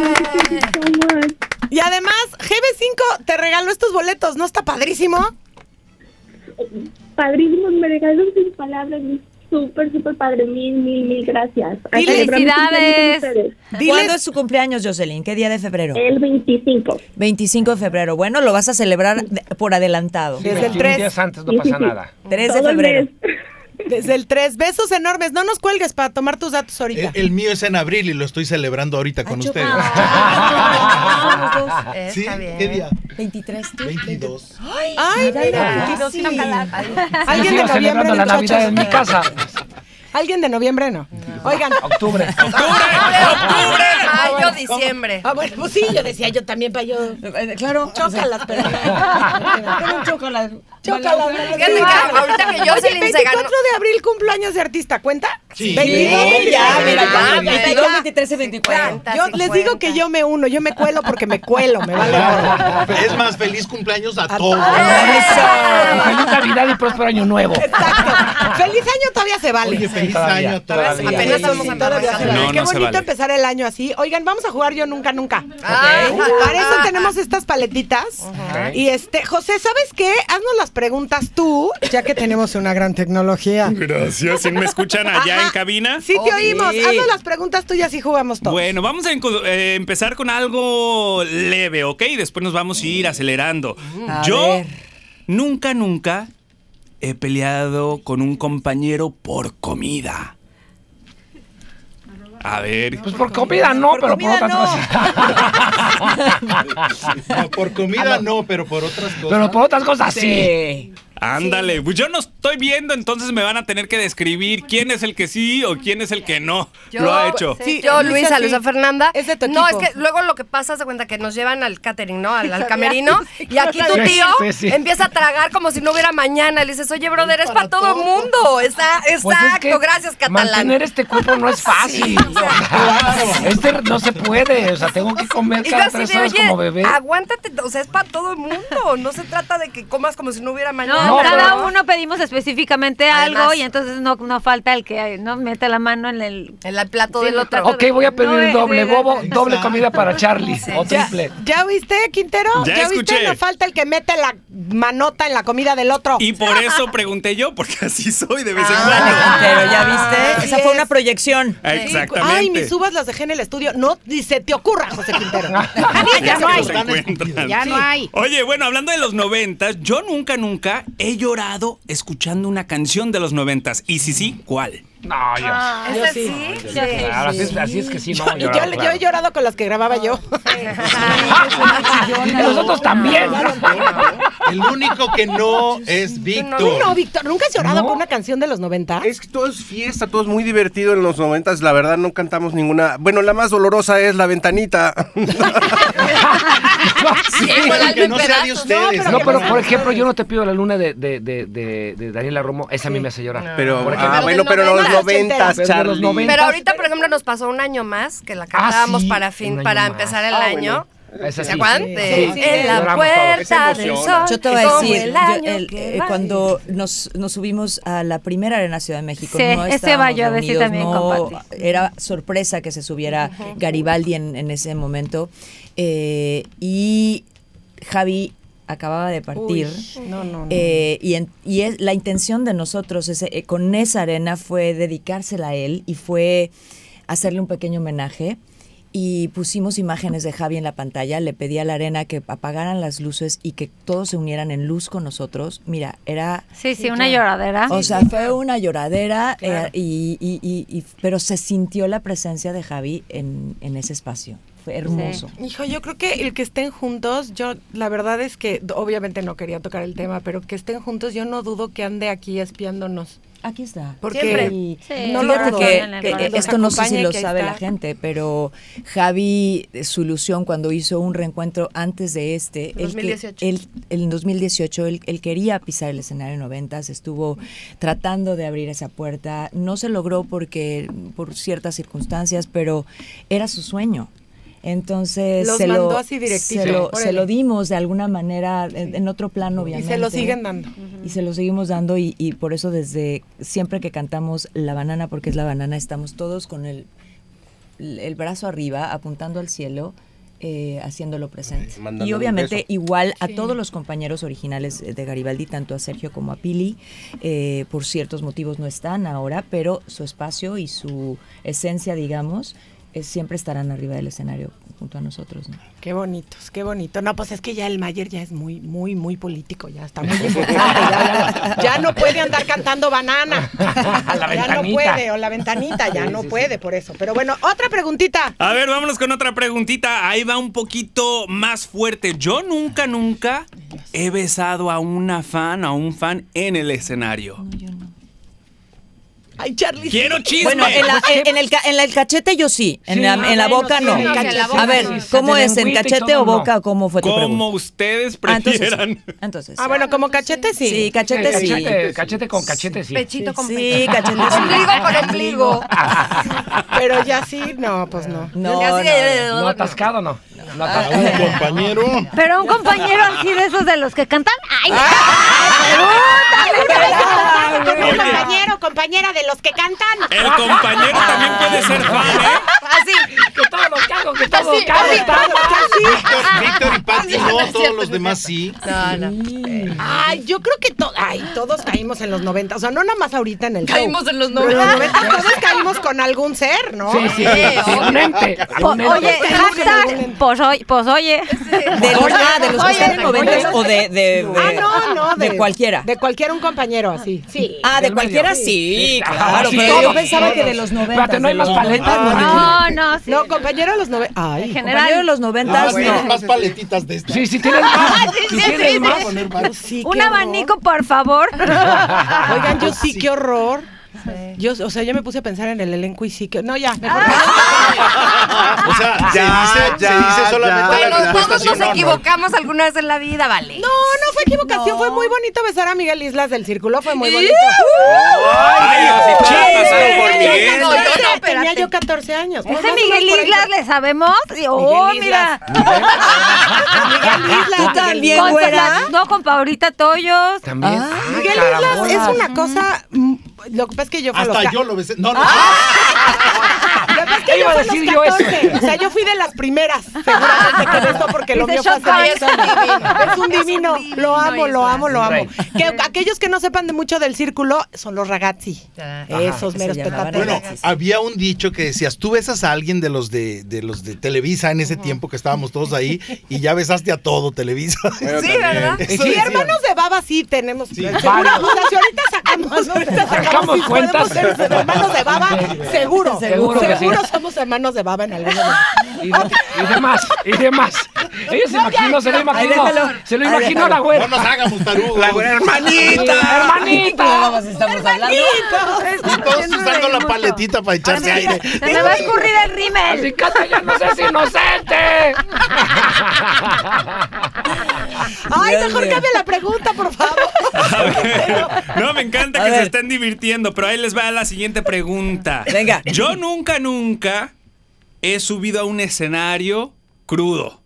[SPEAKER 7] Pop
[SPEAKER 2] Tour!
[SPEAKER 12] ¿Cómo es?
[SPEAKER 2] Y además, GB5 te regaló estos boletos. ¿No está padrísimo?
[SPEAKER 12] Padrísimos, me regalan sin palabras. Súper, súper padre. Mil, mil, mil gracias. A
[SPEAKER 2] Dile-
[SPEAKER 12] celebrar mi cumpleaños con
[SPEAKER 3] ¡Felicidades!
[SPEAKER 12] ustedes.
[SPEAKER 4] ¿Cuándo es su cumpleaños, Jocelyn? ¿Qué día de febrero?
[SPEAKER 12] El 25.
[SPEAKER 4] 25 de febrero. Bueno, lo vas a celebrar de- por adelantado.
[SPEAKER 2] Desde el
[SPEAKER 7] 21
[SPEAKER 2] 3.
[SPEAKER 7] días antes no pasa nada.
[SPEAKER 4] 3 de
[SPEAKER 12] Todo el
[SPEAKER 4] febrero.
[SPEAKER 12] mes.
[SPEAKER 2] Desde el 3. Besos enormes. No nos cuelgues para tomar tus datos ahorita.
[SPEAKER 10] El, el mío es en abril y lo estoy celebrando
[SPEAKER 9] Ah,
[SPEAKER 10] ahorita con ustedes. (laughs) ¿Sí?
[SPEAKER 9] Está bien.
[SPEAKER 10] ¿Qué día?
[SPEAKER 4] 23. tú.
[SPEAKER 10] 22.
[SPEAKER 2] Ay, mira.
[SPEAKER 4] Veintidós, sí.
[SPEAKER 7] Yo
[SPEAKER 2] Alguien de
[SPEAKER 7] sigo
[SPEAKER 2] noviembre,
[SPEAKER 7] celebrando la
[SPEAKER 2] muchachos?
[SPEAKER 7] Navidad en mi casa.
[SPEAKER 2] (laughs) Alguien de noviembre no. Oigan. (laughs)
[SPEAKER 7] Octubre.
[SPEAKER 9] ¡Octubre! Mayo, diciembre.
[SPEAKER 2] Ah, bueno, pues sí, yo decía yo también para yo.
[SPEAKER 4] Eh, Claro.
[SPEAKER 2] Chócalas,
[SPEAKER 9] (laughs)
[SPEAKER 2] pero.
[SPEAKER 4] Chócalas.
[SPEAKER 2] Chócalas.
[SPEAKER 9] Fíjate que ahorita que
[SPEAKER 2] Oye,
[SPEAKER 9] Jocelyn
[SPEAKER 2] 24
[SPEAKER 9] se ganó.
[SPEAKER 2] de abril, cumpleaños de artista, ¿cuenta?
[SPEAKER 10] Sí.
[SPEAKER 2] 22,
[SPEAKER 4] Sí, ya, mira, ya,
[SPEAKER 9] ya,
[SPEAKER 4] 22, 23 y 24.
[SPEAKER 9] Cuarenta,
[SPEAKER 2] Yo les digo que yo me uno, yo me cuelo porque me cuelo, me vale gorro.
[SPEAKER 10] (laughs) Es más, feliz cumpleaños a todos.
[SPEAKER 7] Y Feliz Navidad y próspero año nuevo.
[SPEAKER 2] Exacto. Feliz año todavía se vale.
[SPEAKER 10] Oye, feliz
[SPEAKER 7] Todavía,
[SPEAKER 10] año a todos.
[SPEAKER 7] todavía.
[SPEAKER 9] Apenas estamos
[SPEAKER 2] Sí, todavía se
[SPEAKER 9] empezando.
[SPEAKER 2] vale.
[SPEAKER 5] No,
[SPEAKER 2] Qué
[SPEAKER 5] no se
[SPEAKER 2] bonito
[SPEAKER 5] vale.
[SPEAKER 2] empezar el año así. Oigan, vamos a jugar yo nunca, nunca.
[SPEAKER 9] Ay.
[SPEAKER 2] Para eso tenemos estas paletitas.
[SPEAKER 7] Ajá.
[SPEAKER 2] Y este, José, ¿sabes qué? Haznos las preguntas tú, ya que tenemos una gran tecnología.
[SPEAKER 5] Gracias. ¿Sí ¿Me escuchan allá en cabina?
[SPEAKER 2] Sí, te oímos. Haznos las preguntas tú y así jugamos todos.
[SPEAKER 5] Bueno, vamos a enco- eh, empezar con algo leve, ¿ok? Después nos vamos a ir acelerando.
[SPEAKER 4] A
[SPEAKER 5] Yo
[SPEAKER 4] ver.
[SPEAKER 5] nunca, nunca he peleado con un compañero por comida. A ver.
[SPEAKER 7] Pues por comida no, pero por otras cosas.
[SPEAKER 10] (laughs) No, por comida Ah, no, pero por otras cosas.
[SPEAKER 7] Pero por otras cosas sí.
[SPEAKER 4] Sí.
[SPEAKER 5] Ándale, pues yo no estoy viendo, entonces me van a tener que describir quién es el que sí o quién es el que no
[SPEAKER 9] Yo-
[SPEAKER 5] lo ha hecho.
[SPEAKER 2] Sí,
[SPEAKER 9] yo,
[SPEAKER 2] Luisa,
[SPEAKER 9] Luisa,
[SPEAKER 2] sí.
[SPEAKER 9] Luisa Fernanda.
[SPEAKER 2] Es de tu
[SPEAKER 9] no, es
[SPEAKER 2] equipo.
[SPEAKER 9] que luego lo que pasa es de cuenta que nos llevan al catering, ¿no?
[SPEAKER 7] (laughs)
[SPEAKER 9] Al, al
[SPEAKER 2] Sabía.
[SPEAKER 9] camerino. Y aquí tu
[SPEAKER 7] Sí,
[SPEAKER 9] tío
[SPEAKER 7] sí, sí.
[SPEAKER 9] empieza a tragar como si no hubiera mañana. Le dices, oye, brother, es para todo el mundo. Está-
[SPEAKER 7] Pues es
[SPEAKER 9] exacto,
[SPEAKER 7] que
[SPEAKER 9] gracias,
[SPEAKER 7] Mantener
[SPEAKER 9] catalán.
[SPEAKER 7] este cuerpo no es fácil. este no se puede. O sea, tengo que comer
[SPEAKER 9] Y yo "Ah,
[SPEAKER 7] cada
[SPEAKER 9] así
[SPEAKER 7] tres
[SPEAKER 9] de,
[SPEAKER 7] horas
[SPEAKER 9] oye,
[SPEAKER 7] como bebé.
[SPEAKER 9] aguántate, o sea, es para todo el mundo. No se trata de que comas como si no hubiera mañana.
[SPEAKER 3] No,
[SPEAKER 7] No,
[SPEAKER 3] cada
[SPEAKER 7] pero-
[SPEAKER 3] uno pedimos específicamente
[SPEAKER 9] Además-
[SPEAKER 3] algo y entonces no, no falta el que no mete la mano en el
[SPEAKER 9] En el plato
[SPEAKER 3] Sí,
[SPEAKER 9] del
[SPEAKER 3] lo
[SPEAKER 9] otro.
[SPEAKER 3] trajo
[SPEAKER 7] Ok, voy a pedir
[SPEAKER 3] No, eh,
[SPEAKER 7] el
[SPEAKER 3] es-
[SPEAKER 7] doble
[SPEAKER 3] es-
[SPEAKER 7] (laughs) bobo,
[SPEAKER 3] es-
[SPEAKER 7] doble comida para Charlie o triple.
[SPEAKER 2] ¿Ya viste, Quintero?
[SPEAKER 5] Ya escuché.
[SPEAKER 2] viste? No falta el que mete la manota en la comida del otro.
[SPEAKER 5] Y por
[SPEAKER 2] (laughs)
[SPEAKER 5] eso pregunté yo, porque así soy de vez en
[SPEAKER 4] Ándale,
[SPEAKER 5] cuando.
[SPEAKER 2] Ah,
[SPEAKER 5] Ah,
[SPEAKER 4] Quintero, ¿ya viste?
[SPEAKER 2] Así
[SPEAKER 4] Esa fue
[SPEAKER 2] es.
[SPEAKER 4] una proyección.
[SPEAKER 5] Exactamente.
[SPEAKER 2] Ay, mis uvas las dejé en el estudio. No, ni se te ocurra, José Quintero.
[SPEAKER 5] (laughs) Ya
[SPEAKER 2] ya no
[SPEAKER 5] se
[SPEAKER 2] hay.
[SPEAKER 5] los encuentran.
[SPEAKER 2] Ya no hay.
[SPEAKER 5] Oye, bueno, hablando de los noventas, yo nunca, nunca he llorado escuchando una canción de los noventas. Y si sí, ¿cuál?
[SPEAKER 2] Ah.
[SPEAKER 7] No,
[SPEAKER 5] Ah,
[SPEAKER 7] yo.
[SPEAKER 4] Ah,
[SPEAKER 9] ¿Ese sí? Sí.
[SPEAKER 7] Claro, así, es- así es que sí, no.
[SPEAKER 2] Y yo,
[SPEAKER 7] lloraba,
[SPEAKER 2] yo
[SPEAKER 7] claro.
[SPEAKER 2] he llorado con las que grababa yo.
[SPEAKER 4] Ah,
[SPEAKER 2] (laughs)
[SPEAKER 7] Y nosotros también.
[SPEAKER 10] El único que no es
[SPEAKER 2] Tú no,
[SPEAKER 10] Víctor.
[SPEAKER 2] Víctor, ¿nunca has llorado
[SPEAKER 7] No.
[SPEAKER 2] con una canción de los 90?
[SPEAKER 8] Es que todo es fiesta, todo es muy divertido en los noventas. La verdad no cantamos ninguna. Bueno, la más dolorosa es la ventanita.
[SPEAKER 9] Sí, con el alma
[SPEAKER 10] Que
[SPEAKER 9] en
[SPEAKER 10] no sea de
[SPEAKER 9] pedazos.
[SPEAKER 10] ustedes.
[SPEAKER 7] No, pero por ejemplo, yo no te pido la luna de, de, de, de, de Daniela Romo. Esa a mí me hace llorar.
[SPEAKER 8] pero,
[SPEAKER 7] Por
[SPEAKER 8] ah,
[SPEAKER 7] ejemplo,
[SPEAKER 8] bueno, pero no los noventas,
[SPEAKER 7] Pero de los
[SPEAKER 8] Charlie.
[SPEAKER 7] noventas.
[SPEAKER 9] Pero ahorita, por ejemplo, nos pasó un año más que la cantábamos
[SPEAKER 7] sí,
[SPEAKER 9] para
[SPEAKER 7] un
[SPEAKER 9] fin,
[SPEAKER 7] año
[SPEAKER 9] para
[SPEAKER 7] más.
[SPEAKER 9] empezar el
[SPEAKER 7] Ah,
[SPEAKER 9] año.
[SPEAKER 7] Esa
[SPEAKER 9] ¿Se
[SPEAKER 7] sí.
[SPEAKER 9] acuerdan? De-
[SPEAKER 7] Sí.
[SPEAKER 9] En la
[SPEAKER 7] Lloramos todos.
[SPEAKER 9] puerta
[SPEAKER 8] Es
[SPEAKER 9] del
[SPEAKER 8] emoción.
[SPEAKER 9] sol.
[SPEAKER 4] Yo te voy a
[SPEAKER 9] como
[SPEAKER 4] decir,
[SPEAKER 9] el
[SPEAKER 4] yo-
[SPEAKER 9] año
[SPEAKER 4] el-
[SPEAKER 9] que
[SPEAKER 4] eh,
[SPEAKER 9] va.
[SPEAKER 4] cuando nos, nos subimos a la primera arena Ciudad de México,
[SPEAKER 3] Sí,
[SPEAKER 4] no
[SPEAKER 3] ese
[SPEAKER 4] estábamos
[SPEAKER 3] va yo a decir
[SPEAKER 4] reunidos,
[SPEAKER 3] también
[SPEAKER 4] no-
[SPEAKER 3] con Pati.
[SPEAKER 4] Era sorpresa que se subiera Garibaldi en, en ese momento. eh, y Javi acababa de partir.
[SPEAKER 2] No, no, no.
[SPEAKER 4] Eh, y en- y es, la intención de nosotros ese- eh, con esa arena fue dedicársela a él y fue hacerle un pequeño homenaje. Y pusimos imágenes de Javi en la pantalla, le pedí a la arena que apagaran las luces y que todos se unieran en luz con nosotros. Mira, era...
[SPEAKER 3] Sí, sí, una lloradera.
[SPEAKER 4] O sea, fue una lloradera, eh, y, y- y- y- pero se sintió la presencia de Javi en, en ese espacio. Fue hermoso.
[SPEAKER 2] Hijo, yo creo que el que estén juntos, yo la verdad es que d- obviamente no quería tocar el tema, pero que estén juntos, yo no dudo que ande aquí espiándonos.
[SPEAKER 4] Aquí está.
[SPEAKER 2] Porque
[SPEAKER 9] Siempre.
[SPEAKER 3] Sí.
[SPEAKER 2] no lo
[SPEAKER 4] Fíjate
[SPEAKER 2] dudo.
[SPEAKER 4] que,
[SPEAKER 3] perdonan,
[SPEAKER 4] que
[SPEAKER 3] perdonan.
[SPEAKER 4] esto no sé
[SPEAKER 2] Acompaña
[SPEAKER 4] si
[SPEAKER 2] y
[SPEAKER 4] lo
[SPEAKER 2] que ahí
[SPEAKER 4] sabe la
[SPEAKER 2] está.
[SPEAKER 4] gente, pero Javi, eh, su ilusión cuando hizo un reencuentro antes de este, él que-
[SPEAKER 9] 2018.
[SPEAKER 4] él- él en 2018 él, él quería pisar el escenario 90, se estuvo tratando de abrir esa puerta, no se logró porque por ciertas circunstancias, pero era su sueño. Entonces
[SPEAKER 2] Los
[SPEAKER 4] se,
[SPEAKER 2] mandó
[SPEAKER 4] lo,
[SPEAKER 2] así directito,
[SPEAKER 4] se, lo,
[SPEAKER 2] órale.
[SPEAKER 4] se lo dimos de alguna manera en, en otro plano,
[SPEAKER 2] Y
[SPEAKER 4] obviamente.
[SPEAKER 2] se lo siguen dando.
[SPEAKER 4] Y se lo seguimos dando y, y por eso desde siempre que cantamos La Banana, porque es La Banana, estamos todos con el, el brazo arriba, apuntando al cielo, eh, haciéndolo presente.
[SPEAKER 8] Ay, mandándole
[SPEAKER 4] Y
[SPEAKER 8] un
[SPEAKER 4] obviamente
[SPEAKER 8] beso.
[SPEAKER 4] igual a todos los compañeros originales eh, de Garibaldi, tanto a Sergio como a Pili, eh, por ciertos motivos no están ahora, pero su espacio y su esencia, digamos, eh, siempre estarán arriba del escenario junto a nosotros. ¿no?
[SPEAKER 2] Qué bonitos, qué bonito. No, pues es que ya el Mayer ya es muy, muy, muy político, ya está
[SPEAKER 7] (laughs)
[SPEAKER 2] muy importante. Ya, ya no puede andar cantando banana.
[SPEAKER 7] (laughs)
[SPEAKER 2] (laughs)
[SPEAKER 7] La
[SPEAKER 2] ya no
[SPEAKER 7] ventanita.
[SPEAKER 2] puede, o la ventanita, ya
[SPEAKER 7] Sí,
[SPEAKER 2] no
[SPEAKER 7] sí, sí.
[SPEAKER 2] puede por eso. Pero bueno, otra preguntita.
[SPEAKER 5] A ver, vámonos con otra preguntita. Ahí va un poquito más fuerte. Yo nunca, nunca he besado a una fan, a un fan en el escenario.
[SPEAKER 2] Ay, Charlie.
[SPEAKER 5] ¡Quiero chisme!
[SPEAKER 4] Bueno, en, la- en- en el, ca- en la- el cachete yo sí, en,
[SPEAKER 7] Sí.
[SPEAKER 4] la, en la
[SPEAKER 7] Ah,
[SPEAKER 4] boca
[SPEAKER 7] bueno,
[SPEAKER 4] no.
[SPEAKER 7] sí, en
[SPEAKER 9] la boca
[SPEAKER 4] a ver,
[SPEAKER 9] sí.
[SPEAKER 4] ¿cómo
[SPEAKER 7] Te
[SPEAKER 4] es? ¿En
[SPEAKER 7] lengüita y
[SPEAKER 4] cachete
[SPEAKER 7] todo,
[SPEAKER 4] o boca
[SPEAKER 7] no.
[SPEAKER 4] o cómo fue tu
[SPEAKER 5] Como
[SPEAKER 4] pregunta?
[SPEAKER 7] Pues
[SPEAKER 5] ustedes
[SPEAKER 4] Ah, entonces,
[SPEAKER 5] prefieran.
[SPEAKER 4] entonces.
[SPEAKER 2] Ah, bueno, como cachete sí.
[SPEAKER 4] Sí, cachete
[SPEAKER 7] Cachete,
[SPEAKER 4] sí.
[SPEAKER 7] cachete, con cachete, sí.
[SPEAKER 9] Pechito con
[SPEAKER 4] Sí,
[SPEAKER 9] pechito.
[SPEAKER 4] cachete sí.
[SPEAKER 9] Ombligo con ombligo.
[SPEAKER 2] (laughs) Pero ya sí, no, pues no.
[SPEAKER 4] No,
[SPEAKER 9] Ya
[SPEAKER 4] no,
[SPEAKER 9] sé que-
[SPEAKER 7] ¿No atascado no? No
[SPEAKER 10] A un
[SPEAKER 7] atascado.
[SPEAKER 10] compañero.
[SPEAKER 3] Pero un compañero así de esos de los que cantan. ¡Ay! Pregúntale,
[SPEAKER 2] Ah, Con un
[SPEAKER 5] Oye.
[SPEAKER 2] compañero, compañera de los que cantan. Ah,
[SPEAKER 5] El compañero también puede ser fan, ¿eh?
[SPEAKER 9] Así.
[SPEAKER 7] Que todo lo cago, que todo lo cago.
[SPEAKER 10] Víctor, Víctor y Pati no, todos los demás sí.
[SPEAKER 9] No, no.
[SPEAKER 2] Ay, yo creo que to- ay, todos caímos en los 90. O sea, no nada más ahorita en el show.
[SPEAKER 9] Caímos en los
[SPEAKER 2] Pero en los
[SPEAKER 9] 90.
[SPEAKER 2] 90 todos caímos con algún ser, ¿no?
[SPEAKER 7] Sí, sí, sí. sí, Un ente.
[SPEAKER 3] Po-
[SPEAKER 7] un ente.
[SPEAKER 3] Oye, hashtag, pues, oy- pues oye.
[SPEAKER 4] De los, ah, de los que
[SPEAKER 3] Oye,
[SPEAKER 4] están en
[SPEAKER 3] oye,
[SPEAKER 4] 90 o de, de, de-
[SPEAKER 2] Ah, no, no.
[SPEAKER 4] de cualquiera.
[SPEAKER 2] De cualquiera, un compañero así. Sí.
[SPEAKER 4] ah, de
[SPEAKER 7] Del
[SPEAKER 4] cualquiera
[SPEAKER 7] medio.
[SPEAKER 4] sí,
[SPEAKER 7] Ah,
[SPEAKER 4] claro.
[SPEAKER 7] sí,
[SPEAKER 4] pero yo
[SPEAKER 7] todos,
[SPEAKER 4] pensaba que
[SPEAKER 7] todos.
[SPEAKER 4] de los 90.
[SPEAKER 7] Espérate, ¿no hay
[SPEAKER 4] de
[SPEAKER 7] más
[SPEAKER 4] los-
[SPEAKER 7] paletas?
[SPEAKER 3] No, no, sí.
[SPEAKER 2] No, compañero de los 90. Ay.
[SPEAKER 3] Gen-
[SPEAKER 4] Compañero de los 90
[SPEAKER 10] Ah, bueno,
[SPEAKER 4] no.
[SPEAKER 10] más paletitas de estas.
[SPEAKER 7] Sí, sí
[SPEAKER 2] (laughs)
[SPEAKER 7] tienes
[SPEAKER 10] (laughs)
[SPEAKER 2] Ah,
[SPEAKER 7] más.
[SPEAKER 3] sí,
[SPEAKER 7] Sí
[SPEAKER 3] sí, sí,
[SPEAKER 7] tienes más.
[SPEAKER 10] Poner varios.
[SPEAKER 2] Sí,
[SPEAKER 3] Un
[SPEAKER 2] (laughs) qué horror.
[SPEAKER 3] abanico, por favor.
[SPEAKER 2] Oigan, yo sí, qué horror. Yo, o sea, yo me puse a pensar en el elenco y sí que. No, ya, mejor.
[SPEAKER 10] O sea,
[SPEAKER 8] Ya,
[SPEAKER 10] se, dice,
[SPEAKER 8] ya,
[SPEAKER 10] se dice
[SPEAKER 8] ya.
[SPEAKER 10] solamente la
[SPEAKER 9] Bueno,
[SPEAKER 10] respuesta
[SPEAKER 9] todos
[SPEAKER 10] sí o
[SPEAKER 9] nos
[SPEAKER 10] no, ¿no?
[SPEAKER 9] equivocamos alguna vez en la vida, vale.
[SPEAKER 2] No, no fue equivocación. Fue muy bonito besar a Miguel Islas del Círculo. Fue muy bonito.
[SPEAKER 5] ¡Ay, así todo ha pasado por mi
[SPEAKER 9] Miguel.
[SPEAKER 5] mente.
[SPEAKER 9] No, yo no, espérate.
[SPEAKER 2] Tenía yo 14 años. Pues
[SPEAKER 3] ¿Ese
[SPEAKER 2] más o
[SPEAKER 3] Miguel
[SPEAKER 2] menos por ahí.
[SPEAKER 3] Islas le sabemos? Y- ¡Oh, mira!
[SPEAKER 2] ah, Miguel Islas.
[SPEAKER 11] ¿Tú también,
[SPEAKER 3] Con
[SPEAKER 11] güera?
[SPEAKER 3] Sofla- No, con Paulita Toyos.
[SPEAKER 7] También. Ah,
[SPEAKER 2] Miguel
[SPEAKER 7] carambola.
[SPEAKER 2] Islas Pues, es una cosa. mm, Lo que pasa es que yo fui a
[SPEAKER 10] Hasta
[SPEAKER 2] los
[SPEAKER 10] yo lo besé. No, no.
[SPEAKER 2] (laughs) Lo que pasa es Ah. que
[SPEAKER 7] Iba
[SPEAKER 2] yo
[SPEAKER 7] a
[SPEAKER 2] fui a
[SPEAKER 7] decir
[SPEAKER 2] los
[SPEAKER 7] yo este. eso.
[SPEAKER 2] 14. O sea, yo fui de las primeras, seguramente, que de esto, porque lo
[SPEAKER 3] Dice
[SPEAKER 2] mío fue hace
[SPEAKER 3] Chopin,
[SPEAKER 2] diez
[SPEAKER 3] es un
[SPEAKER 2] años.
[SPEAKER 3] divino.
[SPEAKER 2] Es un divino.
[SPEAKER 9] Es un divino,
[SPEAKER 2] Lo amo, lo
[SPEAKER 9] Isla.
[SPEAKER 2] amo, lo amo.
[SPEAKER 7] Rey.
[SPEAKER 2] Que aquellos que no sepan de mucho del círculo son los ragazzi.
[SPEAKER 9] Ah,
[SPEAKER 2] Esos
[SPEAKER 4] se
[SPEAKER 2] meros
[SPEAKER 4] llamaban
[SPEAKER 2] petates.
[SPEAKER 10] Bueno, había un dicho que decías, tú besas a alguien de los de, de los de Televisa en ese tiempo que estábamos todos ahí y ya besaste a todo Televisa.
[SPEAKER 3] (laughs)
[SPEAKER 9] Sí, ¿verdad?
[SPEAKER 10] Eso
[SPEAKER 2] Sí,
[SPEAKER 10] decían.
[SPEAKER 2] hermanos de Baba sí tenemos. seguro.
[SPEAKER 7] varios.
[SPEAKER 2] O sea, si ahorita sacamos, ahorita
[SPEAKER 7] Sacamos
[SPEAKER 2] sacamos, si
[SPEAKER 7] cuentas.
[SPEAKER 2] podemos ser hermanos de Baba, seguro.
[SPEAKER 7] Seguro
[SPEAKER 2] Seguro,
[SPEAKER 7] que sí.
[SPEAKER 2] somos hermanos de Baba en algún momento.
[SPEAKER 7] Y, de- y demás, y demás. Ella se imaginó, se lo imaginó. Se lo imaginó la
[SPEAKER 10] No
[SPEAKER 7] güera.
[SPEAKER 10] nos hagamos tarugo.
[SPEAKER 8] La güera hermanita.
[SPEAKER 7] ¡Hermanita!
[SPEAKER 4] estamos hablando?
[SPEAKER 10] Y todos usando la paletita para echarse
[SPEAKER 3] Ahora
[SPEAKER 10] aire.
[SPEAKER 3] sí, Se me va a escurrir el rímel.
[SPEAKER 7] Así que ya no seas inocente.
[SPEAKER 2] Ay,
[SPEAKER 4] Dios
[SPEAKER 2] mejor
[SPEAKER 4] mío.
[SPEAKER 2] cambia la pregunta, por favor.
[SPEAKER 5] No, me encanta
[SPEAKER 4] (laughs) A
[SPEAKER 5] que se
[SPEAKER 4] ver.
[SPEAKER 5] estén divirtiendo, pero ahí les va la siguiente pregunta.
[SPEAKER 4] Venga.
[SPEAKER 5] Yo nunca, nunca he subido a un escenario crudo.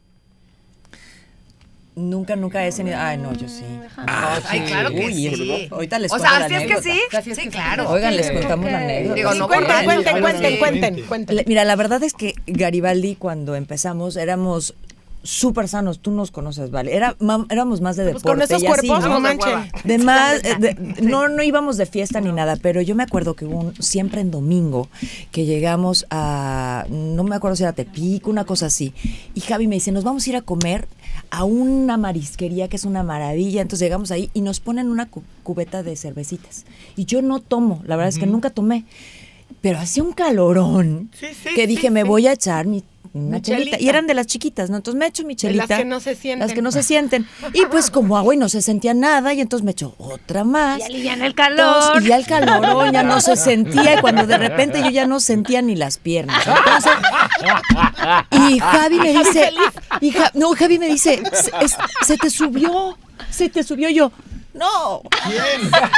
[SPEAKER 4] Nunca, nunca he tenido. Ay, no, yo sí.
[SPEAKER 9] Ay, claro que
[SPEAKER 4] Uy,
[SPEAKER 9] sí.
[SPEAKER 4] ahorita les
[SPEAKER 9] O
[SPEAKER 4] cuento
[SPEAKER 9] sea,
[SPEAKER 4] la
[SPEAKER 9] así es que
[SPEAKER 4] anécdota.
[SPEAKER 9] sí. Sí, claro.
[SPEAKER 4] Oigan, les contamos la anécdota.
[SPEAKER 9] Digo,
[SPEAKER 2] Sí,
[SPEAKER 9] no por
[SPEAKER 2] cuenten,
[SPEAKER 9] daños,
[SPEAKER 2] cuenten,
[SPEAKER 9] pero
[SPEAKER 2] cuenten,
[SPEAKER 9] sí.
[SPEAKER 2] cuenten, cuenten.
[SPEAKER 4] Le- Mira, la verdad es que Garibaldi, cuando empezamos, éramos súper sanos. Tú nos conoces, ¿vale? Era, ma- éramos más de
[SPEAKER 2] Pues
[SPEAKER 4] deporte.
[SPEAKER 2] con esos
[SPEAKER 4] y así,
[SPEAKER 2] cuerpos,
[SPEAKER 4] ¿no?
[SPEAKER 2] no
[SPEAKER 9] Hueva.
[SPEAKER 2] manchen.
[SPEAKER 4] De más, eh, de- no, no íbamos de fiesta ni nada, pero yo me acuerdo que hubo un- siempre en domingo que llegamos a, no me acuerdo si era Tepic, una cosa así, y Javi me dice, nos vamos a ir a comer a una marisquería que es una maravilla, entonces llegamos ahí y nos ponen una cu- cubeta de cervecitas. Y yo no tomo, la verdad es que nunca tomé, pero hacía un calorón que dije, me voy a echar mi... Una chelita. Y eran de las chiquitas, ¿no? Entonces me echo mi chelita.
[SPEAKER 2] que no se
[SPEAKER 4] Las que
[SPEAKER 2] sienten.
[SPEAKER 4] no se sienten. Y pues como agua y no se sentía nada, y entonces me echó otra más.
[SPEAKER 3] Y aliviana el
[SPEAKER 4] Dos,
[SPEAKER 3] calor.
[SPEAKER 4] y ya el calorón ya no
[SPEAKER 3] (laughs)
[SPEAKER 4] se sentía y cuando de repente yo ya no sentía ni las piernas. Entonces, y Javi me dice, y Ja- no, Javi me dice, se, es- se te subió, se te subió Y yo. No.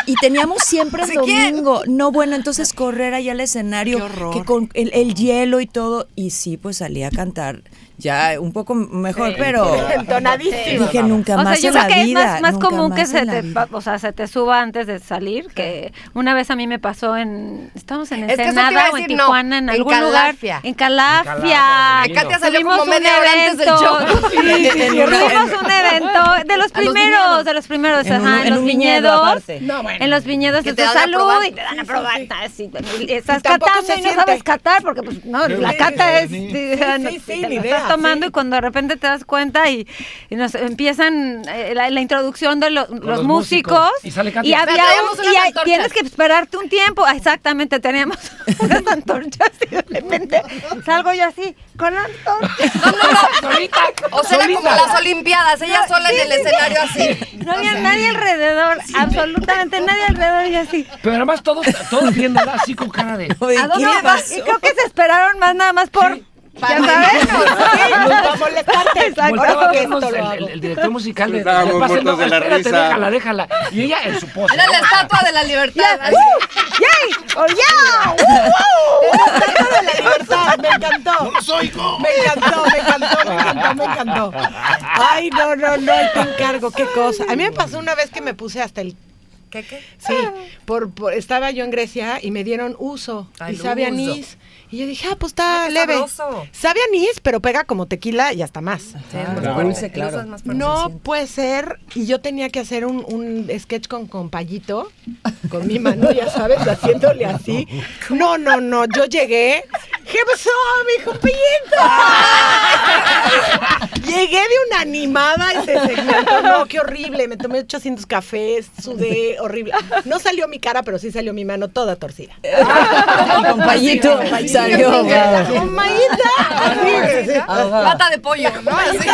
[SPEAKER 4] Y teníamos siempre el
[SPEAKER 9] Sí, ¿quién?
[SPEAKER 4] domingo. No, bueno, entonces correr allá al escenario, que con el, el hielo y todo. Y sí, pues salí a cantar ya un poco mejor, pero
[SPEAKER 9] (laughs)
[SPEAKER 2] Entonadísimo.
[SPEAKER 4] dije nunca
[SPEAKER 3] O sea,
[SPEAKER 4] más
[SPEAKER 3] yo
[SPEAKER 4] en
[SPEAKER 3] creo
[SPEAKER 4] la
[SPEAKER 3] que es
[SPEAKER 4] vida.
[SPEAKER 3] más, más
[SPEAKER 4] nunca
[SPEAKER 3] común que
[SPEAKER 4] más
[SPEAKER 3] se
[SPEAKER 4] en la
[SPEAKER 3] te,
[SPEAKER 4] vida.
[SPEAKER 3] pa- o sea, se te suba antes de salir, que una vez a mí me pasó en, estábamos en
[SPEAKER 9] Es que eso te iba a
[SPEAKER 3] Ensenada o en
[SPEAKER 9] decir, no,
[SPEAKER 3] Tijuana, en
[SPEAKER 9] en
[SPEAKER 3] algún lugar.
[SPEAKER 9] Calafia.
[SPEAKER 3] En
[SPEAKER 7] En Calafia,
[SPEAKER 3] Calafia.
[SPEAKER 7] en Catia
[SPEAKER 9] salió
[SPEAKER 3] Tuvimos
[SPEAKER 9] como
[SPEAKER 3] un
[SPEAKER 9] media hora antes del
[SPEAKER 3] evento.
[SPEAKER 9] show.
[SPEAKER 3] (laughs) Sí, sí, sí,
[SPEAKER 4] En una-
[SPEAKER 3] Tuvimos un evento de los primeros,
[SPEAKER 9] viñedos.
[SPEAKER 3] de los primeros,
[SPEAKER 4] En un-
[SPEAKER 3] ajá, en
[SPEAKER 4] en
[SPEAKER 3] los
[SPEAKER 4] un viñedo,
[SPEAKER 3] viñedos.
[SPEAKER 4] aparte.
[SPEAKER 3] En los viñedos
[SPEAKER 9] Que
[SPEAKER 3] de
[SPEAKER 9] te dan a
[SPEAKER 3] salud
[SPEAKER 9] probar.
[SPEAKER 3] y te dan a probar. así, y Estás
[SPEAKER 2] Y tampoco
[SPEAKER 3] catando
[SPEAKER 2] se
[SPEAKER 3] y no sabes
[SPEAKER 2] siente.
[SPEAKER 3] catar porque pues no, la cata es no,
[SPEAKER 2] sí,
[SPEAKER 3] te
[SPEAKER 2] ni
[SPEAKER 3] la
[SPEAKER 2] idea,
[SPEAKER 3] estás tomando y cuando de repente te das cuenta y, y nos empiezan eh, la, la introducción de lo- los,
[SPEAKER 7] los músicos.
[SPEAKER 3] músicos,
[SPEAKER 7] Y sale Katy.
[SPEAKER 3] y había
[SPEAKER 9] Teníamos
[SPEAKER 3] un-
[SPEAKER 9] unas
[SPEAKER 3] y hay-
[SPEAKER 9] antorchas.
[SPEAKER 3] tienes que esperarte un tiempo Ah, exactamente teníamos (laughs) unas antorchas y de repente salgo yo así con la antorcha
[SPEAKER 9] No, no, no.
[SPEAKER 7] Solita,
[SPEAKER 9] O sea, era como
[SPEAKER 7] solita.
[SPEAKER 9] las Olimpiadas, ella sola en el escenario así.
[SPEAKER 3] no había nadie alrededor absolutamente nadie alrededor y así
[SPEAKER 7] Pero además todos, todos viéndola así con cara de...
[SPEAKER 4] Oye,
[SPEAKER 3] ¿A dónde
[SPEAKER 4] ¿qué le
[SPEAKER 3] vas? Y
[SPEAKER 4] pasó?
[SPEAKER 3] creo que se esperaron más nada más por ya sabes
[SPEAKER 4] pues,
[SPEAKER 2] Para molestarte.
[SPEAKER 7] Volteaba a
[SPEAKER 2] Ahora que
[SPEAKER 7] vernos
[SPEAKER 2] esto lo
[SPEAKER 7] el,
[SPEAKER 2] hago.
[SPEAKER 7] el- el director musical de...
[SPEAKER 8] Estábamos
[SPEAKER 7] de-
[SPEAKER 8] muertos
[SPEAKER 7] no,
[SPEAKER 8] de la
[SPEAKER 7] espérate,
[SPEAKER 8] risa.
[SPEAKER 7] déjala, déjala. Y ella en su pose.
[SPEAKER 9] Era la
[SPEAKER 7] ¿no?
[SPEAKER 9] estatua de
[SPEAKER 4] (laughs)
[SPEAKER 9] la libertad. así.
[SPEAKER 3] ¡Yay! ¡Oh, yeah!
[SPEAKER 2] Tanto de la libertad, me encantó.
[SPEAKER 10] Soy como-
[SPEAKER 2] Me encantó, me encantó, me encantó, me encantó. Ay, no, no, no, te encargo, qué cosa. A mí me pasó una vez que me puse hasta el...
[SPEAKER 9] ¿Qué, qué?
[SPEAKER 2] Sí, por, por- estaba yo en Grecia y me dieron uso
[SPEAKER 9] Al
[SPEAKER 2] y sabe a
[SPEAKER 9] uso.
[SPEAKER 2] anís. Y yo dije, ah, pues está
[SPEAKER 9] qué
[SPEAKER 2] leve.
[SPEAKER 9] sabroso.
[SPEAKER 2] Sabe a anís, pero pega como tequila y hasta más.
[SPEAKER 9] Sí, es más
[SPEAKER 4] Claro.
[SPEAKER 9] fuerte.
[SPEAKER 4] Dulce,
[SPEAKER 9] El
[SPEAKER 4] claro.
[SPEAKER 9] uso es más fuerte.
[SPEAKER 2] No puede ser. Y yo tenía que hacer un, un sketch con compayito, con mi mano, ya sabes, haciéndole así. No, no, no. Yo llegué. ¿Qué pasó, mi compayito? Llegué llegué de una animada y se segmentó. No, qué horrible. Me tomé 800 cafés, sudé, horrible. No salió mi cara, pero sí salió mi mano toda torcida.
[SPEAKER 4] El compayito salió. wow.
[SPEAKER 2] ¡Maíta!
[SPEAKER 9] Pata de pollo, ¿no? Así.
[SPEAKER 2] (laughs)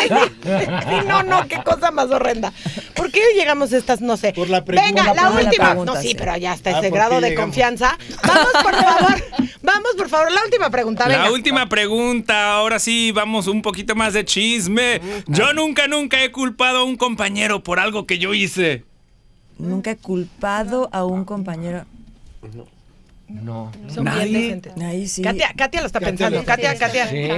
[SPEAKER 2] Sí, no, no, qué cosa más horrenda. ¿Por qué llegamos a estas, no sé?
[SPEAKER 10] Por la pregunta.
[SPEAKER 2] Venga, la
[SPEAKER 4] Por la
[SPEAKER 2] última.
[SPEAKER 4] pregunta,
[SPEAKER 2] no, sí,
[SPEAKER 4] sí.
[SPEAKER 2] pero ya está
[SPEAKER 10] Ah,
[SPEAKER 2] ese
[SPEAKER 10] ¿por
[SPEAKER 2] grado
[SPEAKER 10] qué
[SPEAKER 2] de
[SPEAKER 10] llegamos?
[SPEAKER 2] confianza. Vamos, por favor. Vamos, por favor, la última pregunta. Venga.
[SPEAKER 5] La última pregunta, ahora sí, vamos un poquito más de chisme. Yo nunca, nunca he culpado a un compañero por algo que yo hice.
[SPEAKER 4] Nunca he culpado a un compañero.
[SPEAKER 7] No.
[SPEAKER 2] Son bien decentes.
[SPEAKER 4] Ahí sí.
[SPEAKER 2] Katia, Katia lo está pensando. Katia, Katia.
[SPEAKER 7] ¿Sí?